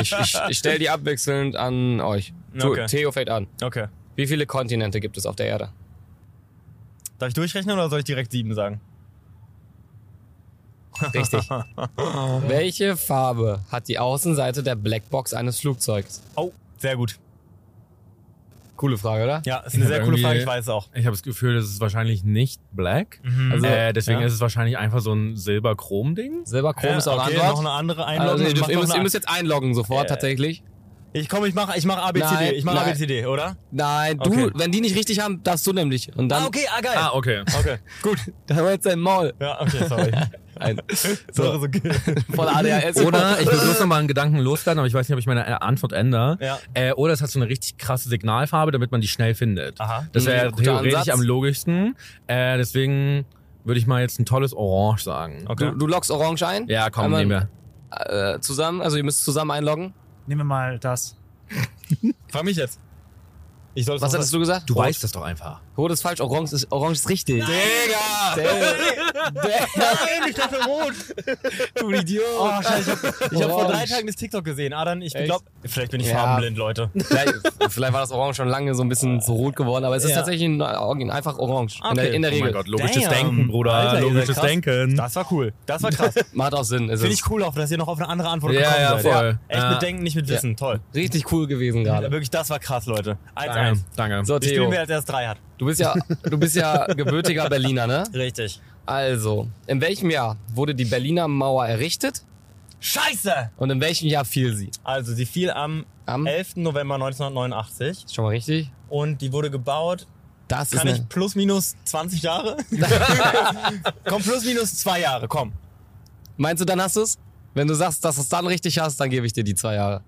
Ich, ich, ich stelle die abwechselnd an euch. Ju-
Okay.
Theo fängt an.
Okay.
Wie viele Kontinente gibt es auf der Erde?
Darf ich durchrechnen oder soll ich direkt sieben sagen?
Richtig. Welche Farbe hat die Außenseite der Blackbox eines Flugzeugs?
Oh, sehr gut.
Coole Frage, oder?
Ja, ist eine
Ich
sehr
hab
coole Frage,
irgendwie-
ich weiß auch.
Ich habe das Gefühl, das ist wahrscheinlich nicht black.
Also,
äh, deswegen
ja.
ist es wahrscheinlich einfach so ein Silber-Chrom-Ding.
Silberchrom ist auch
okay,
Antwort.
noch eine andere Einladung.
also, ihr, dürft,
Mach
ihr,
noch
müsst, ihr
eine-
müsst jetzt einloggen sofort
Äh.
tatsächlich.
ich komm, ich mach, ich mach ABCD.
Nein,
ich mach
nein.
ABCD, oder?
Nein, du,
Okay.
wenn die nicht richtig haben, darfst du nämlich. Und dann,
ah, geil.
Ah, okay.
okay. Gut.
da war jetzt dein Maul.
Ja, okay, sorry.
Ein,
Sorry,
so,
so okay.
voll ADHS.
Oder ich muss nochmal einen Gedanken loswerden, aber ich weiß nicht, ob ich meine äh, Antwort ändere.
Ja.
Äh, oder es hat so eine richtig krasse Signalfarbe, damit man die schnell findet.
Aha.
Das wäre
Mhm, guter
theoretisch
Ansatz.
am logischsten. Äh, deswegen würde ich mal jetzt ein tolles Orange sagen.
Okay.
Du, du loggst Orange ein?
Ja, komm,
Einmal,
nehmen wir.
Äh, zusammen, also ihr müsst zusammen einloggen.
Nehmen wir mal das.
Frag mich jetzt. Ich soll es
Was
noch-
hattest du gesagt?
Du weißt das doch einfach. Oh
Rot ist falsch, Orange ist, Orange ist richtig.
Digga!
Damn.
Nein, ich dachte rot.
Du Idiot.
Oh, scheiße. Ich hab, ich hab vor drei
Orange.
Tagen das TikTok gesehen. Ah, dann, ich
Oh, Echt?
glaub, vielleicht bin ich
Ja.
farbenblind, Leute.
Vielleicht, vielleicht war das Orange schon lange so ein bisschen zu rot geworden, aber es ist
Ja.
tatsächlich ein Organ- einfach Orange. In der,
Okay.
in der
Oh mein
Regel.
Gott, logisches
Damn.
Denken, Bruder.
Alter, ihr seid
logisches
krass.
Denken.
Das war cool. Das war krass.
Macht auch Sinn. Es
Finde
ist
ich cool auch, dass ihr noch auf eine andere Antwort
Ja,
gekommen
ja,
seid.
voll.
Echt
Ja.
mit Denken, nicht mit Wissen. Toll.
richtig cool gewesen gerade.
Wirklich, das war krass, Leute. 1-1.
Danke. Danke.
So,
Die spielen
Theo,
wir, als erst drei hat.
du bist ja, du bist ja gebürtiger Berliner, ne?
Richtig.
Also, in welchem Jahr wurde die Berliner Mauer errichtet
Scheiße!
und in welchem Jahr fiel sie?
Also, sie fiel am
Am?
11. November 1989
Ist schon mal richtig?
und die wurde gebaut.
Das
Kann
ist eine,
ich plus minus 20 Jahre? komm, plus minus zwei Jahre, komm.
Meinst du, dann hast du es? Wenn du sagst, dass du es dann richtig hast, dann gebe ich dir die zwei Jahre.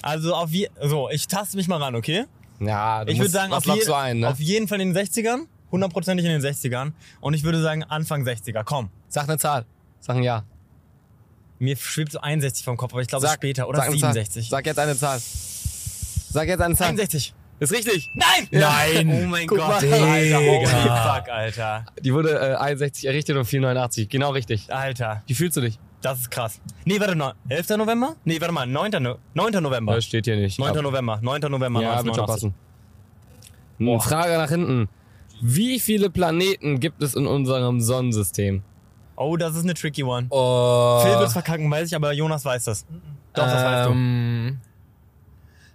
Also auf je so, ich taste mich mal ran, okay?
Ja, du
Ich würde
musst,
sagen,
was
auf,
lockst
je
du ein, ne?
auf jeden Fall in den 60ern, hundertprozentig in den 60ern und ich würde sagen Anfang 60er, komm.
Sag eine Zahl. Sag ein Ja.
Mir schwebt so 61 vom Kopf, aber ich glaube
Sag
später oder
sag eine Zahl.
67.
Sag jetzt eine Zahl. Sag jetzt eine Zahl.
61.
Ist richtig.
Nein! Nein! Oh mein
Guck
Gott,
mal.
Alter, holy
Digga.
fuck, Alter.
Die wurde äh, 61 errichtet und 489. Genau richtig.
Alter,
Wie fühlst du dich?
das ist krass. Nee, warte, neun- 11. November? Nee, warte mal, 9. No 9. November.
Das steht hier nicht.
9. November, 9. November
Ja, wird schon
1989.
passen. Boah. Frage nach hinten. Wie viele Planeten gibt es in unserem Sonnensystem?
Oh, das ist eine tricky one.
Oh,
Phil wird's verkacken, weiß ich, aber Jonas weiß das. Doch, das weißt du.
ähm,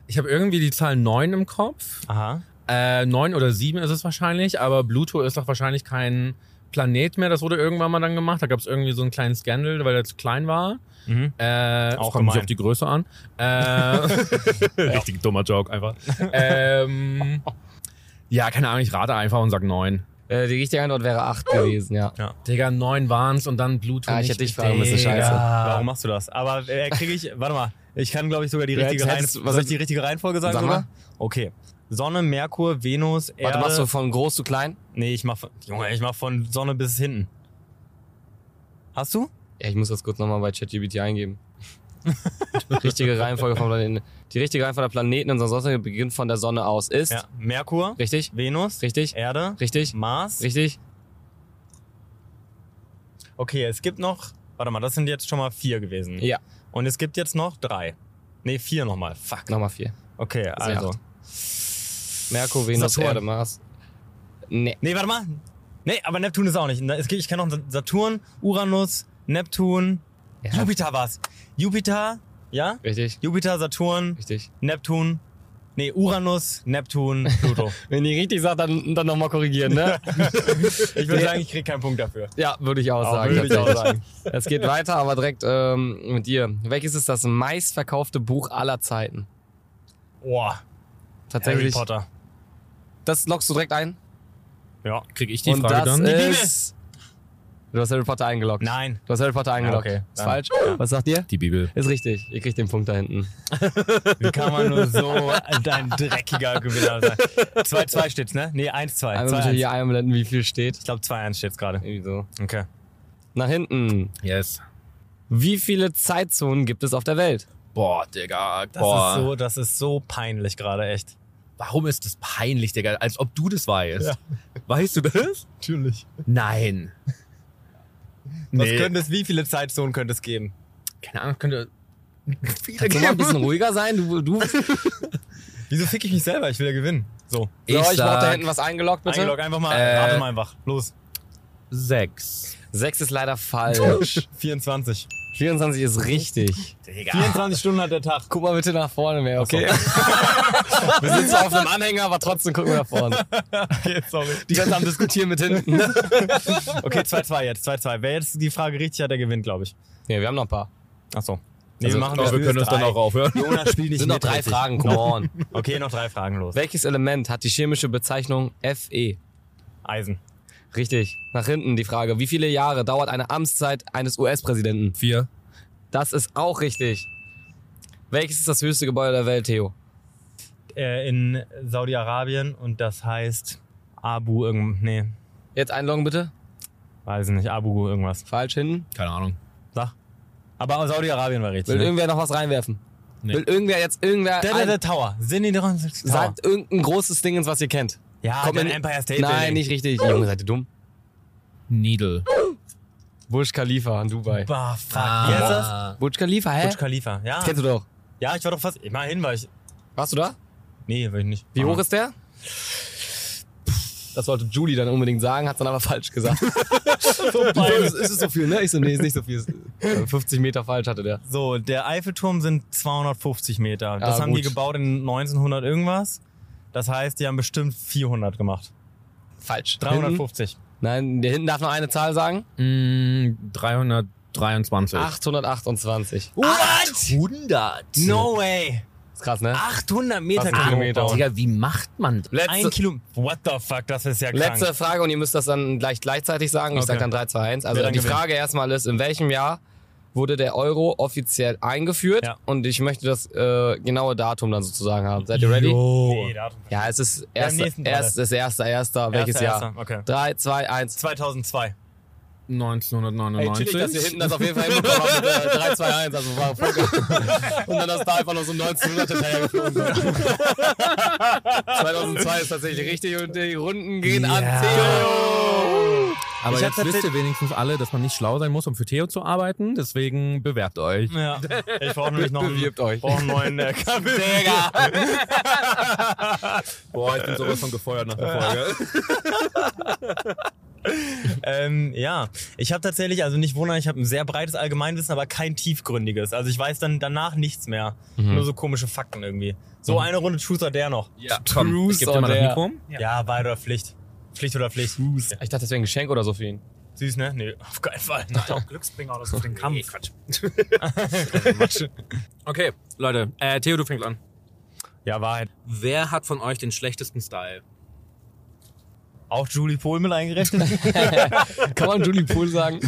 Ich habe irgendwie die Zahl 9 im Kopf.
Aha.
Äh, 9 oder 7 ist es wahrscheinlich, aber Pluto ist doch wahrscheinlich kein Planet mehr. Das wurde irgendwann mal dann gemacht. Da gab es irgendwie so einen kleinen Scandal, weil er zu klein war.
Mhm.
Äh,
Auch
es kommt nicht
gemein.
auf die Größe an. Äh, richtig dummer Joke einfach. ähm, ja, keine Ahnung, ich rate einfach und sag 9.
Äh, die richtige Antwort wäre 8 gewesen, ja.
Digga, 9 waren's und dann Pluto.
Ah, ich
nicht
hätte dich
mit
fragen müssen,
Digga.
scheiße.
Warum machst du das? Aber äh, kriege ich, warte mal, ich kann glaube ich sogar die
Ja,
richtige
hättest-
Reihenfolge.
was
Soll ich
hätt-
die richtige Reihenfolge sagen?
Sag
sogar?
mal.
Okay. Sonne, Merkur, Venus, Erde.
Warte, machst du von groß zu klein?
nee, ich mach von, Junge, ich mach von Sonne bis hinten. Hast du?
Ja, ich muss das kurz nochmal bei ChatGPT eingeben. richtige Reihenfolge von Planeten. Die richtige Reihenfolge der Planeten in unserem Sonnensystem beginnt von der Sonne aus. Ist
Ja. Merkur,
richtig,
Venus,
richtig,
Erde,
richtig,
Mars.
richtig.
Okay, es gibt noch, warte mal, das sind jetzt schon mal vier gewesen.
Ja.
Und es gibt jetzt noch drei. Nee, vier nochmal. Fuck.
Nochmal vier.
Okay, also.
acht. Merkur, Venus,
Saturn.
Erde, Mars. Nee.
Nee, warte mal. Nee, aber Neptun ist auch nicht. Es gibt- Ich kenne noch Saturn, Uranus, Neptun.
Ja.
Jupiter war's. Jupiter, ja?
Richtig,
Jupiter, Saturn,
richtig.
Neptun. Nee, Uranus, Neptun, Pluto.
Wenn die richtig sagt, dann, dann nochmal korrigieren, ne?
Ich würde sagen, ich krieg keinen Punkt dafür.
ja, würde ich auch sagen.
Würde ich auch
tatsächlich.
sagen.
Es geht weiter, aber direkt ähm, mit dir. Welches ist das meistverkaufte Buch aller Zeiten?
Boah, Harry
Tatsächlich.
Potter.
Das lockst du direkt ein?
Ja.
Krieg ich die
Und
Frage
das
dann?
Bibel.
ist... Du hast Harry Potter eingeloggt.
Nein.
Du hast Harry Potter eingeloggt.
okay.
Ist
Dann-
falsch.
Ja.
Was sagt ihr?
Die Bibel.
Oh. Ist richtig. Ihr kriegt den Punkt da hinten.
Wie kann man nur so ein dreckiger Gewinner sein? 2-2 steht's, ne? Nee, 1-2.
Einmal bitte
2-1.
hier einblenden, wie viel steht.
Ich glaube, 2-1 steht's gerade.
Irgendwie so.
Okay.
Nach hinten.
Yes.
Wie viele Zeitzonen gibt es auf der Welt?
Boah, Digga.
Das ist so, das ist so peinlich gerade, echt.
Warum ist das peinlich, Digga? Als ob du das weißt. Weißt du das?
Natürlich.
Nein.
Was
Nee.
könnte es, wie viele Zeitzonen könnte es geben?
Keine Ahnung, könnte. Viele
Kannst du mal ein bisschen
geben.
ruhiger sein? Du, du. So,
Wieso fick ich mich selber? Ich will ja gewinnen. So.
Ich
ich brauch da
sag-
hinten was eingeloggt, bitte.
Eingelog einfach mal,
Äh,
rate mal einfach. Los.
Sechs.
Sechs ist leider falsch.
24.
24 ist richtig.
Digga.
24 Stunden hat der Tag.
Guck mal bitte nach vorne mehr, okay? wir sind zwar auf einem Anhänger, aber trotzdem gucken wir nach vorne.
Okay, sorry.
Die ganze am Diskutieren mit hinten.
Okay, 2-2 jetzt, 2-2. Wer jetzt die Frage richtig hat, der gewinnt, glaube ich.
Ja, wir haben noch ein paar.
Achso. Nee,
Also,
machen
Aber wir
das
können uns dann
drei.
auch aufhören.
Jonas spielt nicht
Es sind noch
mit,
drei
richtig.
Fragen, come on.
Okay, noch drei Fragen los.
Welches Element hat die chemische Bezeichnung Fe?
Eisen.
Richtig. Nach hinten die Frage. Wie viele Jahre dauert eine Amtszeit eines US-Präsidenten?
Vier.
Das ist auch richtig. Welches ist das höchste Gebäude der Welt, Theo?
Äh, in Saudi-Arabien und das heißt Abu irgend... Nee,
Jetzt einloggen bitte.
weiß nicht. Abu irgendwas.
Falsch hinten.
Keine Ahnung.
Sag. Aber Saudi-Arabien war richtig.
Will
ne?
irgendwer noch was reinwerfen?
Nee.
Will irgendwer jetzt irgendwer
Der, der,
ein,
der Tower. Sind die doch in der Tower?
sagt irgendein großes Ding ins, was ihr kennt?
ja,
Kommt
dann
in-
Ah, Empire State
Nein,
Building.
nicht richtig. Junge, seid ihr dumm?
Needle.
Burj Khalifa in Dubai.
Bah, fuck.
Ah.
Wie heißt das?
Burj Khalifa, hä?
Burj Khalifa. Ja.
Das kennst du doch.
ja, ich war doch fast. Immerhin war ich.
Warst du da?
Nee, war ich nicht.
Wie
Ah.
hoch ist der? Das wollte Julie dann unbedingt sagen, hat's dann aber falsch gesagt.
so,
ist,
peinlich.
ist es so viel, ne? Ich so, nee, ist nicht so viel. Ist, äh, 50 Meter falsch hatte der.
so, der Eiffelturm sind 250 Meter. Das
Ah,
haben die
gut.
gebaut in 1900 irgendwas. Das heißt, die haben bestimmt 400 gemacht.
Falsch.
350.
Hinten? Nein, der hinten darf noch eine Zahl sagen.
Mm, 323.
828.
What? 100.
No way.
Ist krass, ne?
800 Meter
Was ein Kilometer.
Kilometer.
Digga, wie macht man das?
Ein
Letzte,
Kilometer. What the fuck, das ist ja krank.
letzte Frage und ihr müsst das dann gleich gleichzeitig sagen. Ich
Okay.
sag dann 3, 2, 1. Also
Wer dann
die
gewinnt?
Frage erstmal ist, in welchem Jahr wurde der Euro offiziell eingeführt?
Ja.
Und ich möchte das äh, genaue Datum dann sozusagen haben. Seid ihr ready?
Oh.
Ja, es ist
Ja, im
erste,
nächsten Fall.
erst, das erste, erster, welches
Erster,
Jahr?
erster, Okay.
3, 2, 1.
2002.
1999.
dass ihr hinten das auf jeden Fall hinbekommen habt mit äh, 3, 2, 1, also war voll geil. Und dann das da einfach noch so 1900 hinterhergeflogen. 2002 ist tatsächlich richtig und die Runden gehen
Ja.
an Theo.
Aber
Ich hab
jetzt wisst
tatsächlich-
ihr wenigstens alle, dass man nicht schlau sein muss, um für Theo zu arbeiten. Deswegen bewerbt euch.
Ja. Ich brauche nämlich noch einen,
Bewirbt euch.
brauch einen neuen äh, Kabel.
Boah, ich bin sowas von gefeuert nach der Folge.
Ähm, ja, ich habe tatsächlich, also nicht wundern, ich habe ein sehr breites Allgemeinwissen, aber kein tiefgründiges. Also ich weiß dann danach nichts mehr.
Mhm.
Nur so komische Fakten irgendwie. So eine Runde Truth or Dare noch.
Ja, komm, ich geb dir mal
oder-
das Mikro.
Ja,
Ja.
Wahrheit oder Pflicht. Pflicht oder Pflicht.
Ich dachte, das wäre ein Geschenk oder so für ihn.
Süß, ne? Nee, auf keinen Fall.
Auch Glücksbringer oder so für den Kampf.
Okay, Leute, äh, Theo, du fängst an.
Ja, Wahrheit.
Wer hat von euch den schlechtesten Style?
Auch Julie Pohl mit eingerechnet?
Kann man Julie Pool sagen?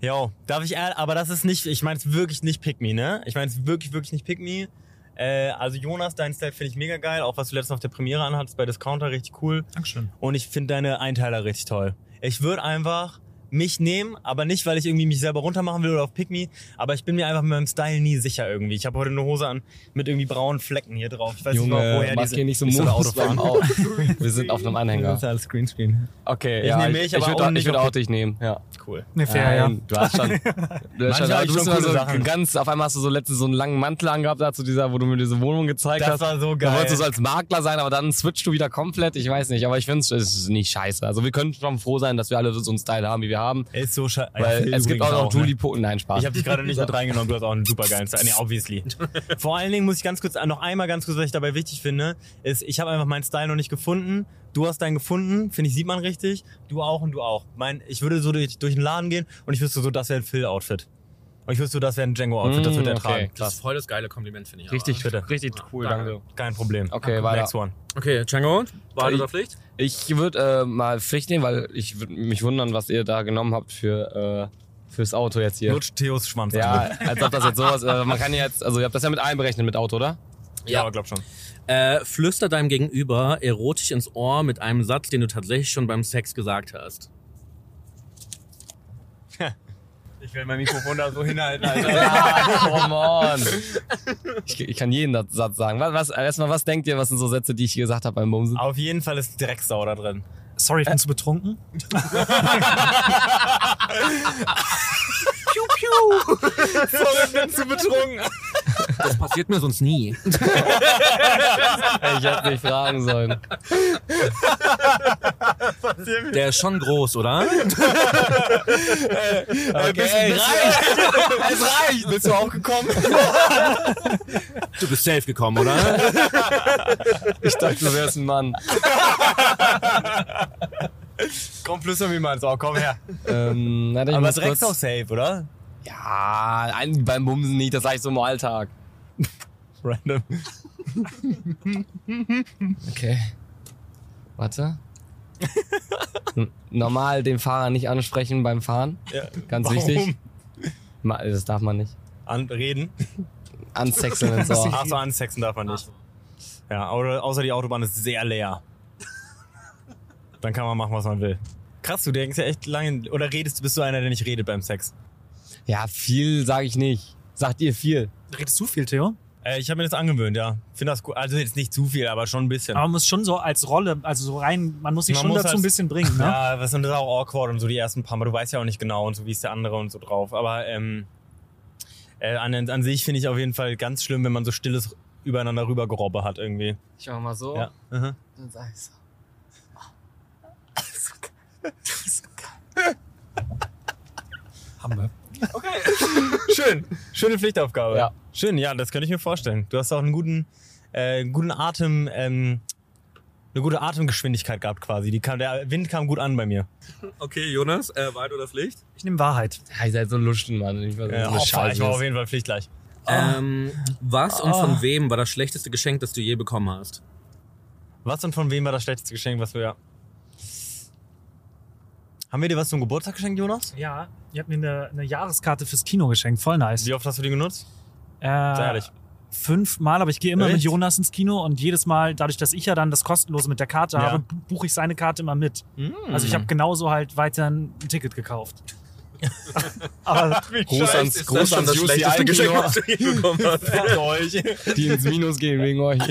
Jo, darf ich, ehr- aber das ist nicht, ich meine es wirklich nicht Pick Me, ne? Ich meine es wirklich, wirklich nicht Pick Me. Äh, also Jonas, dein Style finde ich mega geil. Auch was du letztens auf der Premiere anhattest bei Discounter, richtig cool.
Dankeschön.
Und ich finde deine Einteiler richtig toll. Ich würde einfach mich nehmen, aber nicht, weil ich irgendwie mich selber runtermachen will oder auf Pick Me, aber ich bin mir einfach mit meinem Style nie sicher irgendwie. Ich habe heute eine Hose an mit irgendwie braunen Flecken hier drauf. Ich weiß nicht mal, woher
mach
diese...
hier nicht so
Ich soll
Moves
Auto fahren.
beim Au- Wir sind auf einem Anhänger.
alles Greenscreen.
Okay,
Ich
ja,
nehme mich,
ich,
aber
ich
auch
würde
nicht
ich würd
auf-
auch dich nehmen. Ja.
Cool.
Nee, fair, ja.
ähm,
Nein, Du hast schon. Du, hast schon,
hab
aber
ich
du
schon
bist immer
coole
so
Sachen.
ganz, auf einmal hast du so letztens so einen langen Mantel angehabt, dazu dieser, wo du mir diese Wohnung gezeigt
Das
hast.
war so
Da
geil.
wolltest du so als Makler sein, aber dann switchst du wieder komplett. Ich weiß nicht, aber ich finde es ist nicht scheiße. Also wir können schon froh sein, dass wir alle so einen Style haben, wie wir haben.
Er ist so scheiße.
Weil es gibt auch
ne?
noch Julie Poten. Nein, Spaß.
Ich habe dich gerade nicht mit reingenommen, du hast auch einen super geilen Style. Nee, obviously. Vor allen Dingen muss ich ganz kurz, noch einmal ganz kurz, was ich dabei wichtig finde, ist, ich habe einfach meinen Style noch nicht gefunden. Du hast deinen gefunden, finde ich, sieht man richtig. Du auch und du auch. Mein, ich würde so durch, durch den Laden gehen und ich wüsste so, das wäre ein Phil-Outfit. Und ich wüsste so, das wäre ein Django-Outfit, das wird er
Mm, okay.
tragen.
Das ist voll das geile Kompliment, finde ich.
richtig,
Bitte.
richtig cool,
Danke.
danke.
Kein Problem.
Okay,
Next
weiter.
one.
Aber. Okay, Django, Wahrheit
Ich-
oder Pflicht?
Ich würde äh, mal Pflicht nehmen, weil ich würde mich wundern, was ihr da genommen habt für, äh, fürs Auto jetzt hier.
Lutsch Theos Schwanz. an.
Ja, als ob das jetzt sowas, äh, man kann ja jetzt, also ihr habt das ja mit einberechnet mit Auto, oder?
ja, aber glaub schon.
Äh, flüster deinem Gegenüber erotisch ins Ohr mit einem Satz, den du tatsächlich schon beim Sex gesagt hast.
Ich will mein Mikrofon da so hinhalten,
Ja, come on. Ich, ich kann jeden das- Satz sagen. Was, was, erstmal, was denkt ihr, was sind so Sätze, die ich hier gesagt habe beim Bumsen?
Auf jeden Fall ist Drecksau da drin.
Sorry,
äh,
ich bin zu betrunken.
Sorry, ich bin zu betrunken.
Das passiert mir sonst nie.
Ich hätte nicht fragen sollen.
Der ist schon groß, oder?
Okay, es reicht. Es reicht. Bist du auch gekommen?
Du bist safe gekommen, oder?
Ich dachte, du wärst ein Mann.
Komm, flüster mir mal ins Ohr, komm her.
Ähm, na, dann
Aber
ich muss
Drecksau
kurz,
safe, oder?
Ja, ein, beim Bumsen nicht, das sag ich so im Alltag.
Random.
Okay. Warte. N- Normal den Fahrer nicht ansprechen beim Fahren.
Ja.
Ganz
Warum?
wichtig. Ma- Das darf man nicht.
Anreden.
Ansexeln ins Ohr.
Achso, ansexen darf man nicht. Ja, au- außer die Autobahn ist sehr leer. Dann kann man machen, was man will. Krass, du denkst ja echt lange. Oder redest du, bist du einer, der nicht redet beim Sex?
Ja, viel sage ich nicht. Sagt ihr viel?
Redest du viel, Theo?
Äh, ich habe mir das angewöhnt, ja. Finde das gut. Also jetzt nicht zu viel, aber schon ein bisschen.
Aber man muss schon so als Rolle, also so rein, man muss sich
Man
schon
muss
dazu
als-
ein bisschen bringen, ne?
Ja, was und das ist auch awkward und so die ersten paar Mal. Du weißt ja auch nicht genau und so wie ist der andere und so drauf. Aber ähm, äh, an, an sich finde ich auf jeden Fall ganz schlimm, wenn man so stilles übereinander rübergerobbe hat irgendwie.
Ich mach mal so.
Ja. Mhm.
Dann sag ich so.
Haben wir.
Schön. Schöne Pflichtaufgabe.
Ja.
Schön, ja, das könnte ich mir vorstellen. Du hast auch einen guten, äh, guten Atem, ähm, eine gute Atemgeschwindigkeit gehabt quasi. Die kam, der Wind kam gut an bei mir.
Okay, Jonas, äh, Wahrheit oder Pflicht?
Ich nehme Wahrheit.
Ja, ihr seid so Luschen, Mann. Ich
Äh,
weiß, so eine
Opfer. ich
Scheiße.
war auf jeden Fall pflichtgleich.
Ähm, was und von wem war das schlechteste Geschenk, das du je bekommen hast?
Was und von wem war das schlechteste Geschenk, was wir. Haben wir dir was zum Geburtstag geschenkt, Jonas?
Ja, ihr habt mir eine, eine Jahreskarte fürs Kino geschenkt. Voll nice.
Wie oft hast du die genutzt?
Äh,
Sei ehrlich.
Fünfmal, aber ich gehe immer
Echt?
mit Jonas ins Kino und jedes Mal, dadurch, dass ich ja dann das Kostenlose mit der Karte
Ja.
habe, bu- buche ich seine Karte immer mit. Also ich habe genauso halt weiter ein Ticket gekauft. aber
Groß ans, Gruß ans UCI-Kino,
du je bekommen hast?
Fickt euch.
die ins Minus gehen wegen euch.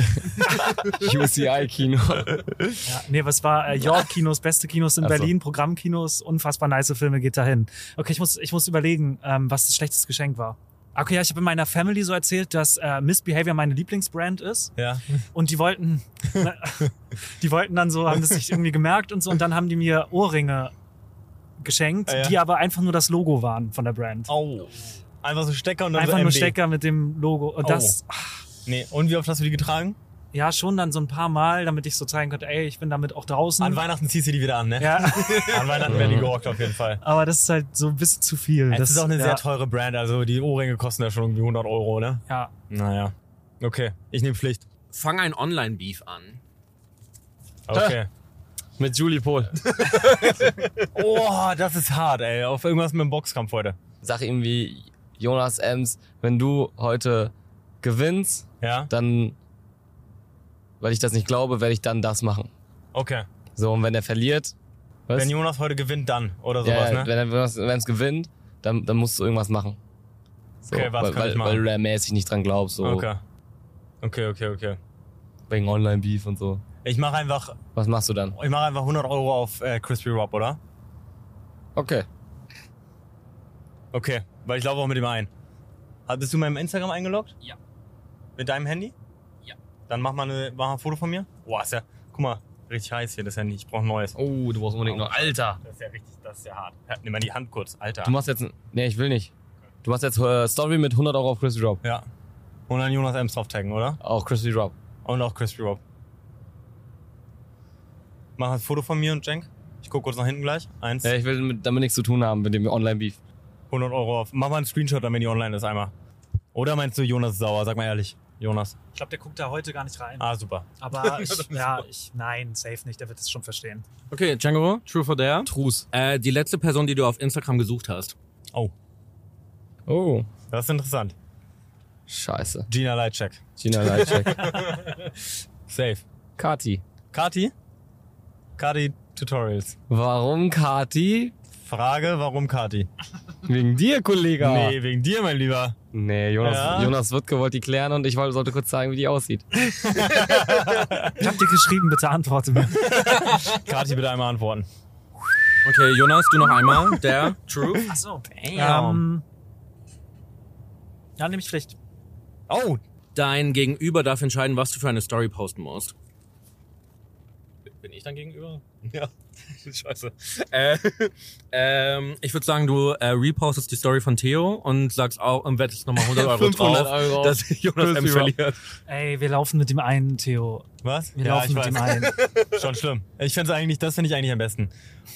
UCI-Kino.
Ja, nee, was war äh, York-Kinos, beste Kinos in
Ach so.
Berlin, Programmkinos, unfassbar nice Filme, geht dahin. Okay, ich muss, ich muss überlegen, ähm, was das schlechteste Geschenk war. Okay, ja, ich habe in meiner Family so erzählt, dass äh, Miss Behavior meine Lieblingsbrand ist
Ja.
und die wollten, na, die wollten dann so, haben das sich irgendwie gemerkt und so und dann haben die mir Ohrringe geschenkt,
Ah, ja.
die aber einfach nur das Logo waren von der Brand.
Au. Einfach so Stecker und dann
einfach
so
nur
MD.
Stecker mit dem Logo und
Oh.
das,
Nee, und wie oft hast du die getragen?
ja, schon dann so ein paar Mal, damit ich so zeigen konnte, ey, ich bin damit auch draußen.
An Weihnachten ziehst du die wieder an, ne?
Hm. ja.
An Weihnachten werden die gehockt auf jeden Fall.
Aber das ist halt so ein bisschen zu viel.
Das,
das
ist auch eine
ja,
sehr teure Brand, also die Ohrringe kosten ja schon irgendwie 100 Euro, ne?
Ja.
Naja. Okay, ich nehme Pflicht.
Fang ein Online-Beef an.
Okay.
Mit Julie Pohl.
Oh, das ist hart, ey. Auf irgendwas mit dem Boxkampf heute.
Sag irgendwie, Jonas Ems, wenn du heute gewinnst,
Ja?
dann, weil ich das nicht glaube, werde ich dann das machen.
Okay.
So, und wenn er verliert, was?
Wenn Jonas heute gewinnt, dann. Oder
ja,
sowas,
ja,
ne?
wenn er es gewinnt, dann, dann musst du irgendwas machen. So,
Okay, was
weil,
kann
weil,
ich machen?
weil du da mäßig nicht dran glaubst, so
Okay. Okay, okay, okay.
wegen Online-Beef und so.
Ich mache einfach,
Was machst du dann?
ich mach einfach 100 Euro auf äh, Crispy Rob, oder?
Okay.
Okay, weil ich laufe auch mit ihm ein. Ah, Bist du meinem Instagram eingeloggt?
Ja.
Mit deinem Handy?
Ja.
Dann mach mal, eine, mach mal ein Foto von mir. Boah, ist ja, guck mal, richtig heiß hier das Handy. Ich brauche ein neues.
Oh, du brauchst unbedingt noch. Alter!
Das ist ja richtig, das ist ja hart. Ja, nimm mal die Hand kurz, Alter.
Du machst jetzt. ein- Nee, ich will nicht. Du machst jetzt äh, Story mit 100 Euro auf Crispy Drop.
Ja. Und dann Jonas Ems drauf taggen, oder?
Auch Crispy Drop.
Und auch Crispy Rob. Mach ein Foto von mir und Jenk. Ich guck kurz nach hinten gleich. Eins,
Ja, ich will mit, damit nichts zu tun haben mit dem Online-Beef.
100 Euro auf. Mach mal einen Screenshot, dann wenn die online ist, einmal. Oder meinst du, Jonas ist sauer? Sag mal ehrlich. Jonas.
Ich glaube, der guckt da heute gar nicht rein.
Ah, super.
Aber ich, ja, ich, nein, safe nicht. Der wird es schon verstehen.
Okay, Django, True for Dare.
Trus.
Äh, die letzte Person, die du auf Instagram gesucht hast.
Oh,
Oh.
das ist interessant.
Scheiße.
Gina Leitschek.
Gina Leitschek.
Safe.
Kati.
Kati? Kati Tutorials.
Warum Kati?
Frage, warum Kati?
Wegen dir, Kollege.
Nee, wegen dir, mein Lieber.
Nee, Jonas,
Ja.
Jonas Wittke wollte die klären und ich wollte- sollte kurz sagen, wie die aussieht.
Ich habe dir geschrieben, bitte antworte mir.
Kati, bitte einmal antworten.
Okay, Jonas, du noch einmal. Der True.
Ach so.
Damn.
Ähm, ja, nehme ich Pflicht.
Oh,
Dein Gegenüber darf entscheiden, was du für eine Story posten musst. Bin ich dann Gegenüber? Ja. Scheiße. Äh, ähm, ich würde sagen, du äh, repostest die Story von Theo und sagst auch und wettest nochmal 100 Euro
500
drauf,
Euro.
dass Jonas M
Chris Rock.
verliert.
Ey, wir laufen mit dem einen, Theo.
was?
Wir laufen mit dem einen.
Schon schlimm. Ich finde eigentlich, das finde ich eigentlich am besten.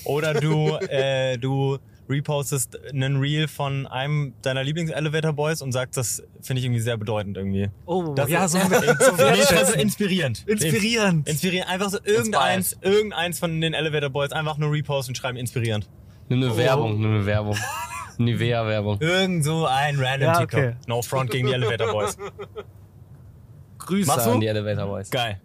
Oder du, äh, du repostest einen Reel von einem deiner Lieblings-Elevator-Boys und sagst, das finde ich irgendwie sehr bedeutend irgendwie.
Oh,
Das
ja,
ist-
so
Nee, das ist
wertschätzend.
inspirierend.
Inspirierend.
Inspirierend. Einfach so irgendeins, irgendeins von den Elevator-Boys einfach nur reposten und schreiben inspirierend.
Nimm
Oh.
eine Werbung, nimm eine Werbung. Nivea-Werbung.
Irgend so ein random
Ja,
TikTok.
okay.
No front gegen die Elevator Boys.
Grüße
Machst du?
an die Elevator Boys.
Geil.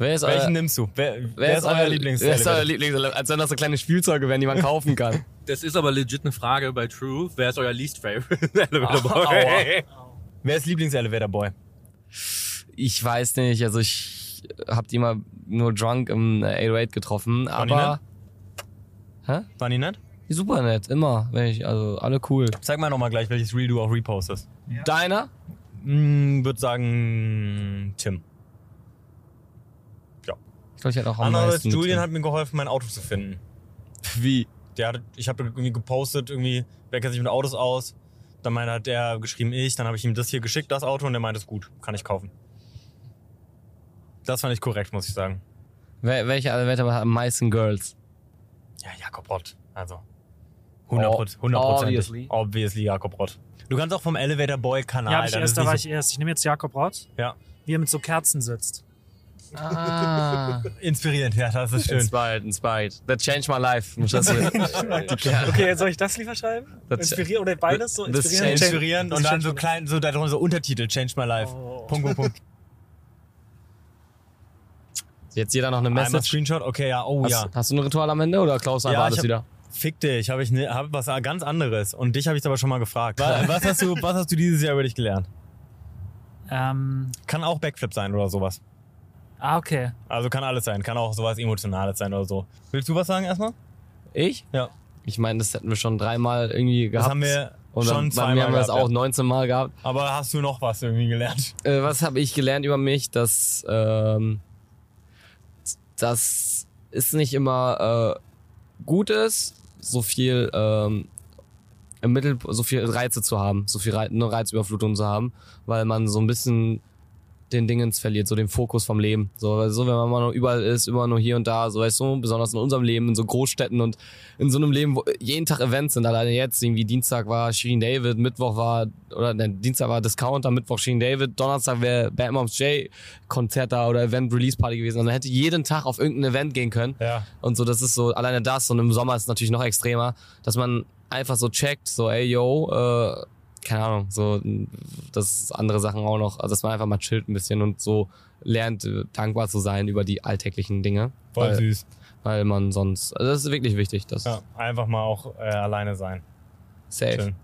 Wer ist äh,
Welchen
euer,
nimmst du? Wer, wer, ist euer Lieblings?
Wer ist euer Lieblings? Als wenn das so kleine Spielzeuge wären, die man kaufen kann.
Das ist aber legit eine Frage bei True. Wer ist euer least favorite Elevator Boy?
aua. wer ist Lieblings-Elevator Boy?
Ich weiß nicht, also ich hab die mal nur drunk im äh, 808 getroffen,
Waren die
aber
Waren die nett?
super nett, immer. Wenn ich, also alle cool.
Sag mal nochmal gleich, welches Reel du auch repostest.
Deiner?
Hm, würde sagen Tim.
Ich glaube, ich hatte auch am
Andererseits,
meisten.
Julian hat mir geholfen, mein Auto zu finden.
wie?
Der hat, ich habe irgendwie gepostet, irgendwie, wer kennt sich mit Autos aus? Dann meinte, hat der geschrieben, ich. Dann habe ich ihm das hier geschickt, das Auto, und der meinte, es ist gut, kann ich kaufen. Das fand ich korrekt, muss ich sagen.
also Wel welcher Elevator hat am meisten Girls?
Ja, Jakob Ott. Also, 100 Prozent. 100 Obviously.
Obviously.
Obviously Jakob Rott. Du kannst auch vom Elevator Boy Kanal.
ja, hab ich
dann
erst,
ist
da
nicht
war
so-
ich erst. Ich nehme jetzt Jakob Roth,
Ja,
wie er mit so Kerzen sitzt.
Ah.
inspirierend, ja, das ist schön.
Inspired, inspired. That changed my life. Muss das
Okay, soll ich das lieber schreiben?
Das-
Inspirieren oder beides so?
das-
Inspirieren,
Inspirierend
Das
und dann
ist
so
schön.
klein, so da drunter so Untertitel, Change My Life.
Oh.
Punkt, Punkt, Punkt.
Jetzt jeder noch eine
Einmal
Message.
Screenshot, okay, ja, oh
Hast,
ja.
hast du ein Ritual am Ende oder klaust du einfach
Ja, ich
alles
hab-
wieder?
Fick dich, habe ich ne, hab was ganz anderes. Und dich habe ich aber schon mal gefragt. Wa- Was hast, du, was hast du dieses Jahr über dich gelernt?
Ähm,
Kann auch Backflip sein oder sowas.
ah, okay.
Also kann alles sein. Kann auch sowas Emotionales sein oder so. Willst du was sagen erstmal?
Ich?
Ja.
Ich meine, das hätten wir schon dreimal irgendwie gehabt.
Das haben wir
und
schon
dann, bei mir
zweimal
haben wir es
gehabt,
auch
ja.
19 Mal gehabt.
Aber hast du noch was irgendwie gelernt?
äh, was habe ich gelernt über mich, dass ähm, das ist nicht immer äh, gut ist, so viel ähm, im Mittel so viel Reize zu haben, so viel Reiz, eine Reizüberflutung zu haben, weil man so ein bisschen den Dingens verliert, so den Fokus vom Leben. So, weil so wenn man immer nur überall ist, immer nur hier und da, so weißt du, besonders in unserem Leben, in so Großstädten und in so einem Leben, wo jeden Tag Events sind, alleine jetzt, irgendwie Dienstag war Shirin David, Mittwoch war, oder ne, Dienstag war Discounter, Mittwoch Shirin David, Donnerstag wäre Bad Moms J Konzert da oder Event Release Party gewesen. Also man hätte jeden Tag auf irgendein Event gehen können.
Ja.
Und so, das ist so, alleine das und im Sommer ist es natürlich noch extremer, dass man einfach so checkt, so, ey, yo, äh, keine Ahnung, so, dass andere Sachen auch noch, also dass man einfach mal chillt ein bisschen und so lernt, äh, dankbar zu sein über die alltäglichen Dinge.
Voll
weil,
süß.
weil man sonst, also das ist wirklich wichtig, das
Ja, einfach mal auch äh, alleine sein.
safe.
Schön.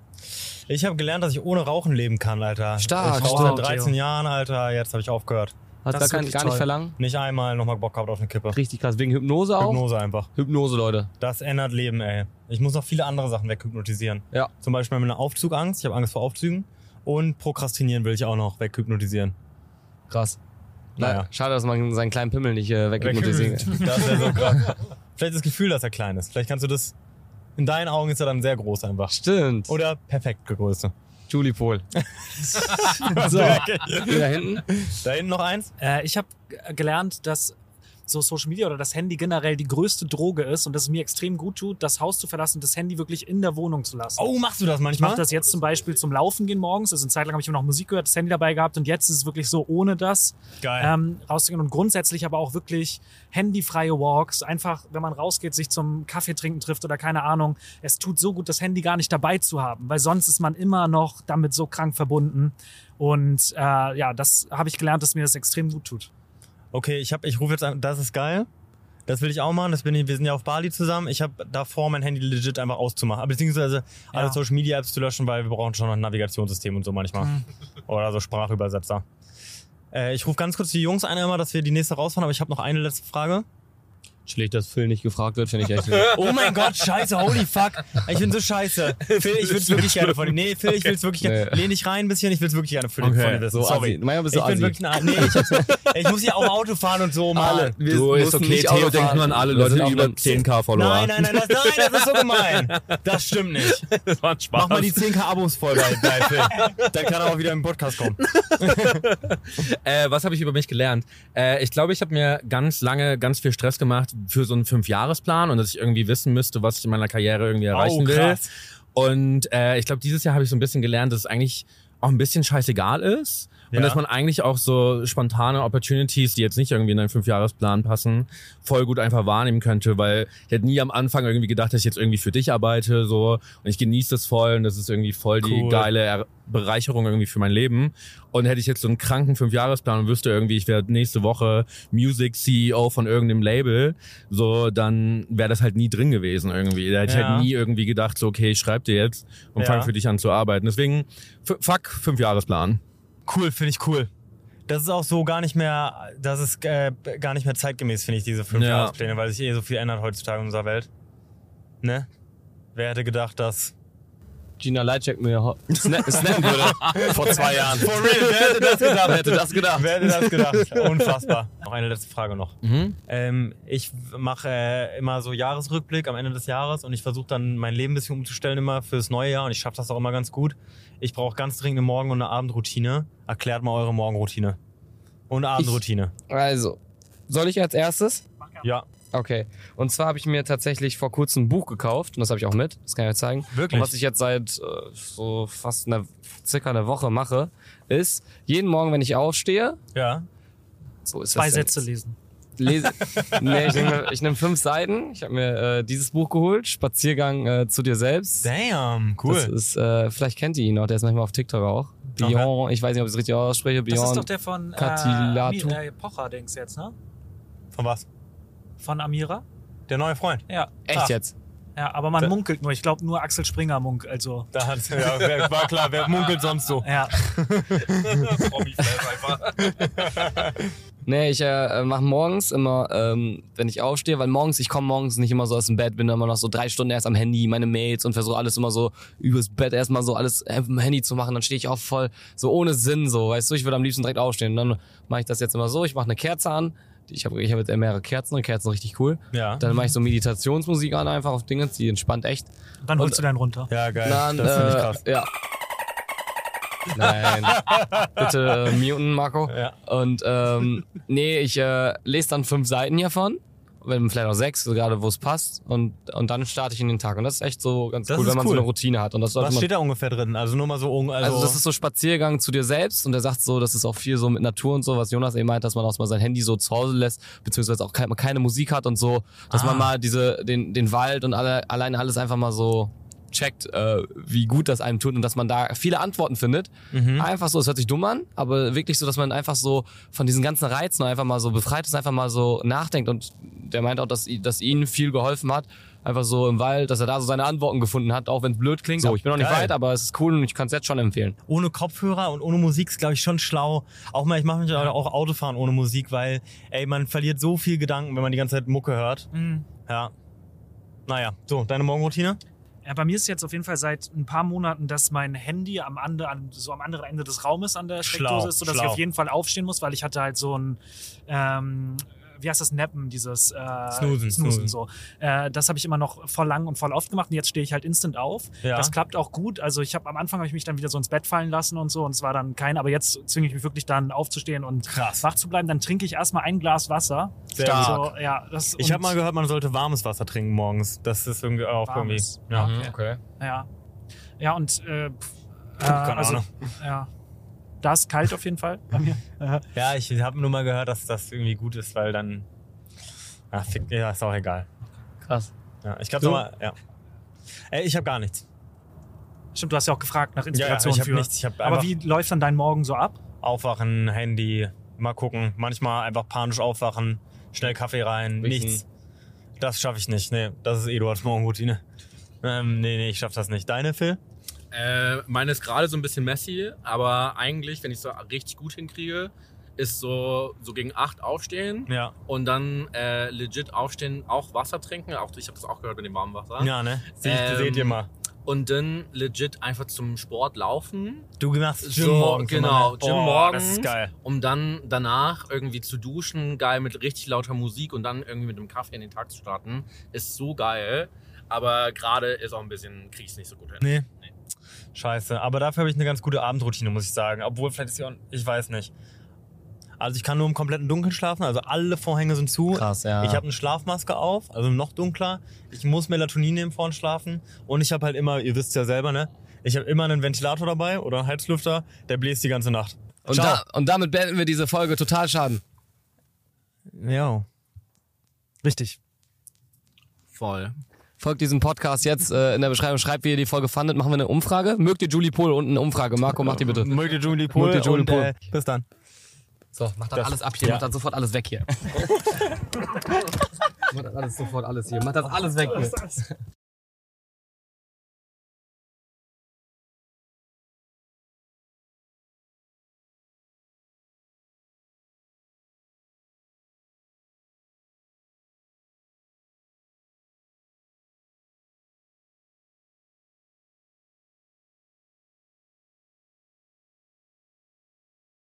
Ich habe gelernt, dass ich ohne Rauchen leben kann, Alter.
Stark,
ich rauche seit
stark,
13
Theo.
Jahren, Alter. Jetzt habe ich aufgehört.
Hat
Das
da
ist
kein,
wirklich
gar nicht
toll.
verlangen?
Nicht einmal nochmal Bock gehabt auf eine Kippe.
Richtig krass, wegen Hypnose auch? Hypnose,
Hypnose einfach.
Leute.
Das ändert Leben, ey. Ich muss noch viele andere Sachen weghypnotisieren.
Ja.
Zum Beispiel meine Aufzugangst. Ich habe Angst vor Aufzügen. Und Prokrastinieren will ich auch noch weghypnotisieren.
Krass.
Naja.
Na, schade, dass man seinen kleinen Pimmel nicht äh, weghypnotisieren kann.
Das ist ja so krass. Vielleicht das Gefühl, dass er klein ist. Vielleicht kannst du das. In deinen Augen ist er dann sehr groß einfach.
Stimmt.
Oder perfekt gegrößte.
Julie Pohl. so, da hinten.
Da hinten noch eins.
Äh, ich habe gelernt, dass so Social Media oder das Handy generell die größte Droge ist und dass es mir extrem gut tut, das Haus zu verlassen und das Handy wirklich in der Wohnung zu lassen.
Oh, machst du das
Ich
manchmal?
mache das jetzt zum Beispiel zum Laufen gehen morgens. Also eine Zeit lang habe ich immer noch Musik gehört, das Handy dabei gehabt und jetzt ist es wirklich so ohne das
Geil.
ähm, rauszugehen und grundsätzlich aber auch wirklich handyfreie Walks. Einfach, wenn man rausgeht, sich zum Kaffee trinken trifft oder keine Ahnung. Es tut so gut, das Handy gar nicht dabei zu haben, weil sonst ist man immer noch damit so krank verbunden. Und äh, ja, das habe ich gelernt, dass mir das extrem gut tut.
Okay, ich hab, ich rufe jetzt an, das ist geil. Das will ich auch machen. Das bin ich, wir sind ja auf Bali zusammen. Ich habe davor mein Handy legit einfach auszumachen. Aber Beziehungsweise alle
Ja.
Social Media Apps zu löschen, weil wir brauchen schon noch ein Navigationssystem und so manchmal. Oder so Sprachübersetzer. Äh, ich rufe ganz kurz die Jungs ein, einmal, dass wir die nächste rausfahren, aber ich habe noch eine letzte Frage.
Chillig, dass Phil nicht gefragt wird, finde ich echt.
Oh mein Gott, scheiße, holy fuck. Ich bin so scheiße. Phil, ich will's wirklich gerne von dir. Nee, Phil, ich will's wirklich gerne.
Nee.
Lehn dich rein ein bisschen, ich will's wirklich gerne für
Okay,
von dir wissen.
so
Sorry.
assi. Manchmal bist du
ich bin
assi.
wirklich ein, nee, ich, hab's, ich muss ja auch Auto fahren und so, Mann.
Alle. Ah, Wir
du, ist
mussten
okay.
nicht
Theo
Auto
denkt
fahren.
nur an alle
Wir
Leute,
sind
die
auch
über
nur-
10k Follower
Nein, nein, nein, das, nein, das ist so gemein. Das stimmt nicht.
das war ein Spaß.
Mach mal die 10k Abos voll bei, bei Phil. Dann kann er auch wieder im Podcast kommen.
äh, was habe ich über mich gelernt? Äh, ich glaube, ich habe mir ganz lange ganz viel Stress gemacht für so einen Fünfjahresplan und dass ich irgendwie wissen müsste, was ich in meiner Karriere irgendwie erreichen
Oh,
will.
krass.
Und äh, ich glaube, dieses Jahr habe ich so ein bisschen gelernt, dass es eigentlich auch ein bisschen scheißegal ist.
Ja.
Und dass man eigentlich auch so spontane Opportunities, die jetzt nicht irgendwie in einen Fünfjahresplan passen, voll gut einfach wahrnehmen könnte, weil ich hätte nie am Anfang irgendwie gedacht, dass ich jetzt irgendwie für dich arbeite, so. Und ich genieße das voll und das ist irgendwie voll die
Cool.
geile Er Bereicherung irgendwie für mein Leben. Und hätte ich jetzt so einen kranken Fünfjahresplan und wüsste irgendwie, ich werde nächste Woche Music CEO von irgendeinem Label, so, dann wäre das halt nie drin gewesen irgendwie. Da hätte ich
Ja.
halt nie irgendwie gedacht, so, okay, ich schreib dir jetzt und
Ja.
fang für dich an zu arbeiten. Deswegen, f- fuck, Fünfjahresplan.
Cool, finde ich cool. Das ist auch so gar nicht mehr, das ist äh, gar nicht mehr zeitgemäß, finde ich, diese fünf
Ja.
Jahrespläne, weil sich eh so viel ändert heutzutage in unserer Welt. Ne? Wer hätte gedacht, dass.
Gina Leitschek mir ho- sna snappen würde. Vor zwei Jahren.
For real, wer hätte das gedacht?
Wer hätte das gedacht?
Wer hätte das gedacht? Unfassbar. Noch eine letzte Frage noch.
Mhm.
Ähm, ich mache äh, immer so Jahresrückblick am Ende des Jahres und ich versuche dann mein Leben ein bisschen umzustellen immer fürs neue Jahr und ich schaffe das auch immer ganz gut. Ich brauche ganz dringend eine Morgen- und eine Abendroutine. Erklärt mal eure Morgenroutine. Und Abendroutine.
Also, soll ich als erstes?
Ja.
Okay. Und zwar habe ich mir tatsächlich vor kurzem ein Buch gekauft und das habe ich auch mit. Das kann ich euch zeigen.
Wirklich?
Und was ich jetzt seit äh, so fast einer, circa einer Woche mache, ist jeden Morgen, wenn ich aufstehe,
Ja.
so ist
Zwei
das
Sätze
Jetzt.
lesen.
Lese, nee, ich nehme ich nehm fünf Seiten. Ich habe mir äh, dieses Buch geholt, Spaziergang äh, zu dir selbst.
Damn,
Das
cool.
ist, äh, vielleicht kennt ihr ihn noch, der ist manchmal auf TikTok auch.
Okay.
Beyond, ich weiß nicht, ob ich es richtig ausspreche,
Das ist doch
Beyond.
der von äh,
Catilatu.
Mi- äh, Pocher, denkst du jetzt, ne?
Von was?
Von Amira.
Der neue Freund.
Ja.
Echt jetzt?
Ja, aber man
Da-
munkelt nur. Ich glaube nur Axel Springer munkelt. Also.
Da hat, ja, wer- war klar, wer munkelt sonst so?
Ja,
Nee, ich äh, mache morgens immer, ähm, wenn ich aufstehe, weil morgens, ich komme morgens nicht immer so aus dem Bett, bin immer noch so drei Stunden erst am Handy, meine Mails und versuche alles immer so übers Bett erstmal so alles äh, am Handy zu machen. Dann stehe ich auch voll so ohne Sinn so, weißt du, ich würde am liebsten direkt aufstehen. Und dann mache ich das jetzt immer so, ich mache eine Kerze an. Ich habe ich hab jetzt mehrere Kerzen und Kerzen richtig cool.
Ja.
Dann mache ich so Meditationsmusik an, einfach auf Dinge, die entspannt echt.
dann holst du deinen runter.
äh, Ja, geil.
Dann,
das finde
äh,
ich krass.
Ja. Nein. Bitte äh, muten, Marco.
Ja.
Und ähm, nee, ich äh, lese dann fünf Seiten hiervon. Wenn vielleicht auch sechs, so gerade wo es passt. Und, und dann starte ich in den Tag. Und das ist echt so ganz
Das
cool,
ist
wenn man
cool.
so eine Routine hat. Und das sollte
Was
man.
steht da ungefähr drin? Also nur mal so. un- Also,
also das ist so Spaziergang zu dir selbst und er sagt so, das ist auch viel so mit Natur und so, was Jonas eben meint, dass man auch mal sein Handy so zu Hause lässt, beziehungsweise auch keine, keine Musik hat und so, dass
Ah.
man mal diese, den, den Wald und alle, alleine alles einfach mal so checkt, äh, wie gut das einem tut und dass man da viele Antworten findet.
Mhm.
Einfach so, es hört sich dumm an, aber wirklich so, dass man einfach so von diesen ganzen Reizen einfach mal so befreit ist, einfach mal so nachdenkt und der meint auch, dass, i- dass ihnen viel geholfen hat, einfach so im Wald, dass er da so seine Antworten gefunden hat, auch wenn es blöd klingt. So, ich bin noch nicht
Geil.
weit, aber es ist cool und ich kann es jetzt schon empfehlen.
ohne Kopfhörer und ohne Musik ist, glaube ich, schon schlau. Auch mal, ich mache mich auch Autofahren ohne Musik, weil, ey, man verliert so viel Gedanken, wenn man die ganze Zeit Mucke hört.
Mhm.
Ja. Naja, so, deine Morgenroutine?
Ja, bei mir ist jetzt auf jeden Fall seit ein paar Monaten, dass mein Handy am, ande, an, so am anderen Ende des Raumes an der
Schlau,
Steckdose ist, sodass
schlau.
ich auf jeden Fall aufstehen muss, weil ich hatte halt so ein, ähm, wie heißt das, Nappen, dieses äh,
Snoozen, Snoozen.
so. Äh, das habe ich immer noch voll lang und voll oft gemacht und jetzt stehe ich halt instant auf.
Ja.
Das klappt auch gut. Also ich habe am Anfang habe ich mich dann wieder so ins Bett fallen lassen und so und es war dann kein, aber jetzt zwinge ich mich wirklich dann aufzustehen und
Krass.
wach zu bleiben. Dann trinke ich erstmal ein Glas Wasser.
Sehr
Stark.
So, ja, das,
Ich
und
habe mal gehört, man sollte warmes Wasser trinken morgens. Das ist irgendwie auch
Warmes.
irgendwie. Ja.
Okay. Ja. Ja, und äh, pff, äh,
Keine
also,
Ahnung.
ja. Da ist kalt auf jeden Fall bei mir.
ja, ich habe nur mal gehört, dass das irgendwie gut ist, weil dann. Ja, fick, ja ist auch egal.
Krass.
Ja, ich glaube
Du?
mal, ja. Ey, ich habe gar nichts.
Stimmt, du hast ja auch gefragt nach
Ja, ja,
Inspiration
ich habe
für.
nichts. Ich habe
Aber wie läuft dann dein Morgen so ab?
Aufwachen, Handy, mal gucken. Manchmal einfach panisch aufwachen, schnell Kaffee rein,
Bisschen.
nichts. Das schaffe ich nicht. Nee, das ist Eduards Morgenroutine. Ähm, nee, nee, ich schaffe das nicht. Deine, Phil?
Äh, meine ist gerade so ein bisschen messy, aber eigentlich, wenn ich es so richtig gut hinkriege, ist so, so gegen 8 aufstehen
Ja.
und dann äh, legit aufstehen, auch Wasser trinken. Auch, ich habe das auch gehört mit dem warmen Wasser.
Ja, ne? Seht,
Ähm,
seht ihr mal.
Und dann legit einfach zum Sport laufen,
Du machst Gym
so,
morgens.
genau,
immer, ne?
Gym
Boah,
morgens.
Das ist geil.
um dann danach irgendwie zu duschen, geil mit richtig lauter Musik und dann irgendwie mit einem Kaffee in den Tag zu starten. Ist so geil. Aber gerade ist auch ein bisschen, krieg ich's nicht so gut hin.
Nee. Scheiße. Aber dafür habe ich eine ganz gute Abendroutine, muss ich sagen. Obwohl, vielleicht ist sie auch. Ich weiß nicht. Also, ich kann nur im kompletten Dunkeln schlafen. Also, alle Vorhänge sind zu.
Krass, ja.
Ich habe eine Schlafmaske auf, also noch dunkler. Ich muss Melatonin nehmen vor dem Schlafen. Und ich habe halt immer, ihr wisst ja selber, ne? Ich habe immer einen Ventilator dabei oder einen Heizlüfter, der bläst die ganze Nacht.
und,
Ciao.
da, und damit beenden wir diese Folge total schaden.
Ja.
Richtig.
Voll.
Folgt diesem Podcast jetzt äh, in der Beschreibung. Schreibt, wie ihr die Folge fandet. Machen wir eine Umfrage. Mögt ihr Julie Pohl unten eine Umfrage? Marco, mach die bitte.
Mögt ihr Julie Pohl?
Mögt ihr Julie
und,
Pohl?
Äh, bis dann.
So, macht das,
Das-
alles ab hier.
ja.
Macht das sofort alles weg hier. macht das alles sofort alles hier. Macht das alles weg hier.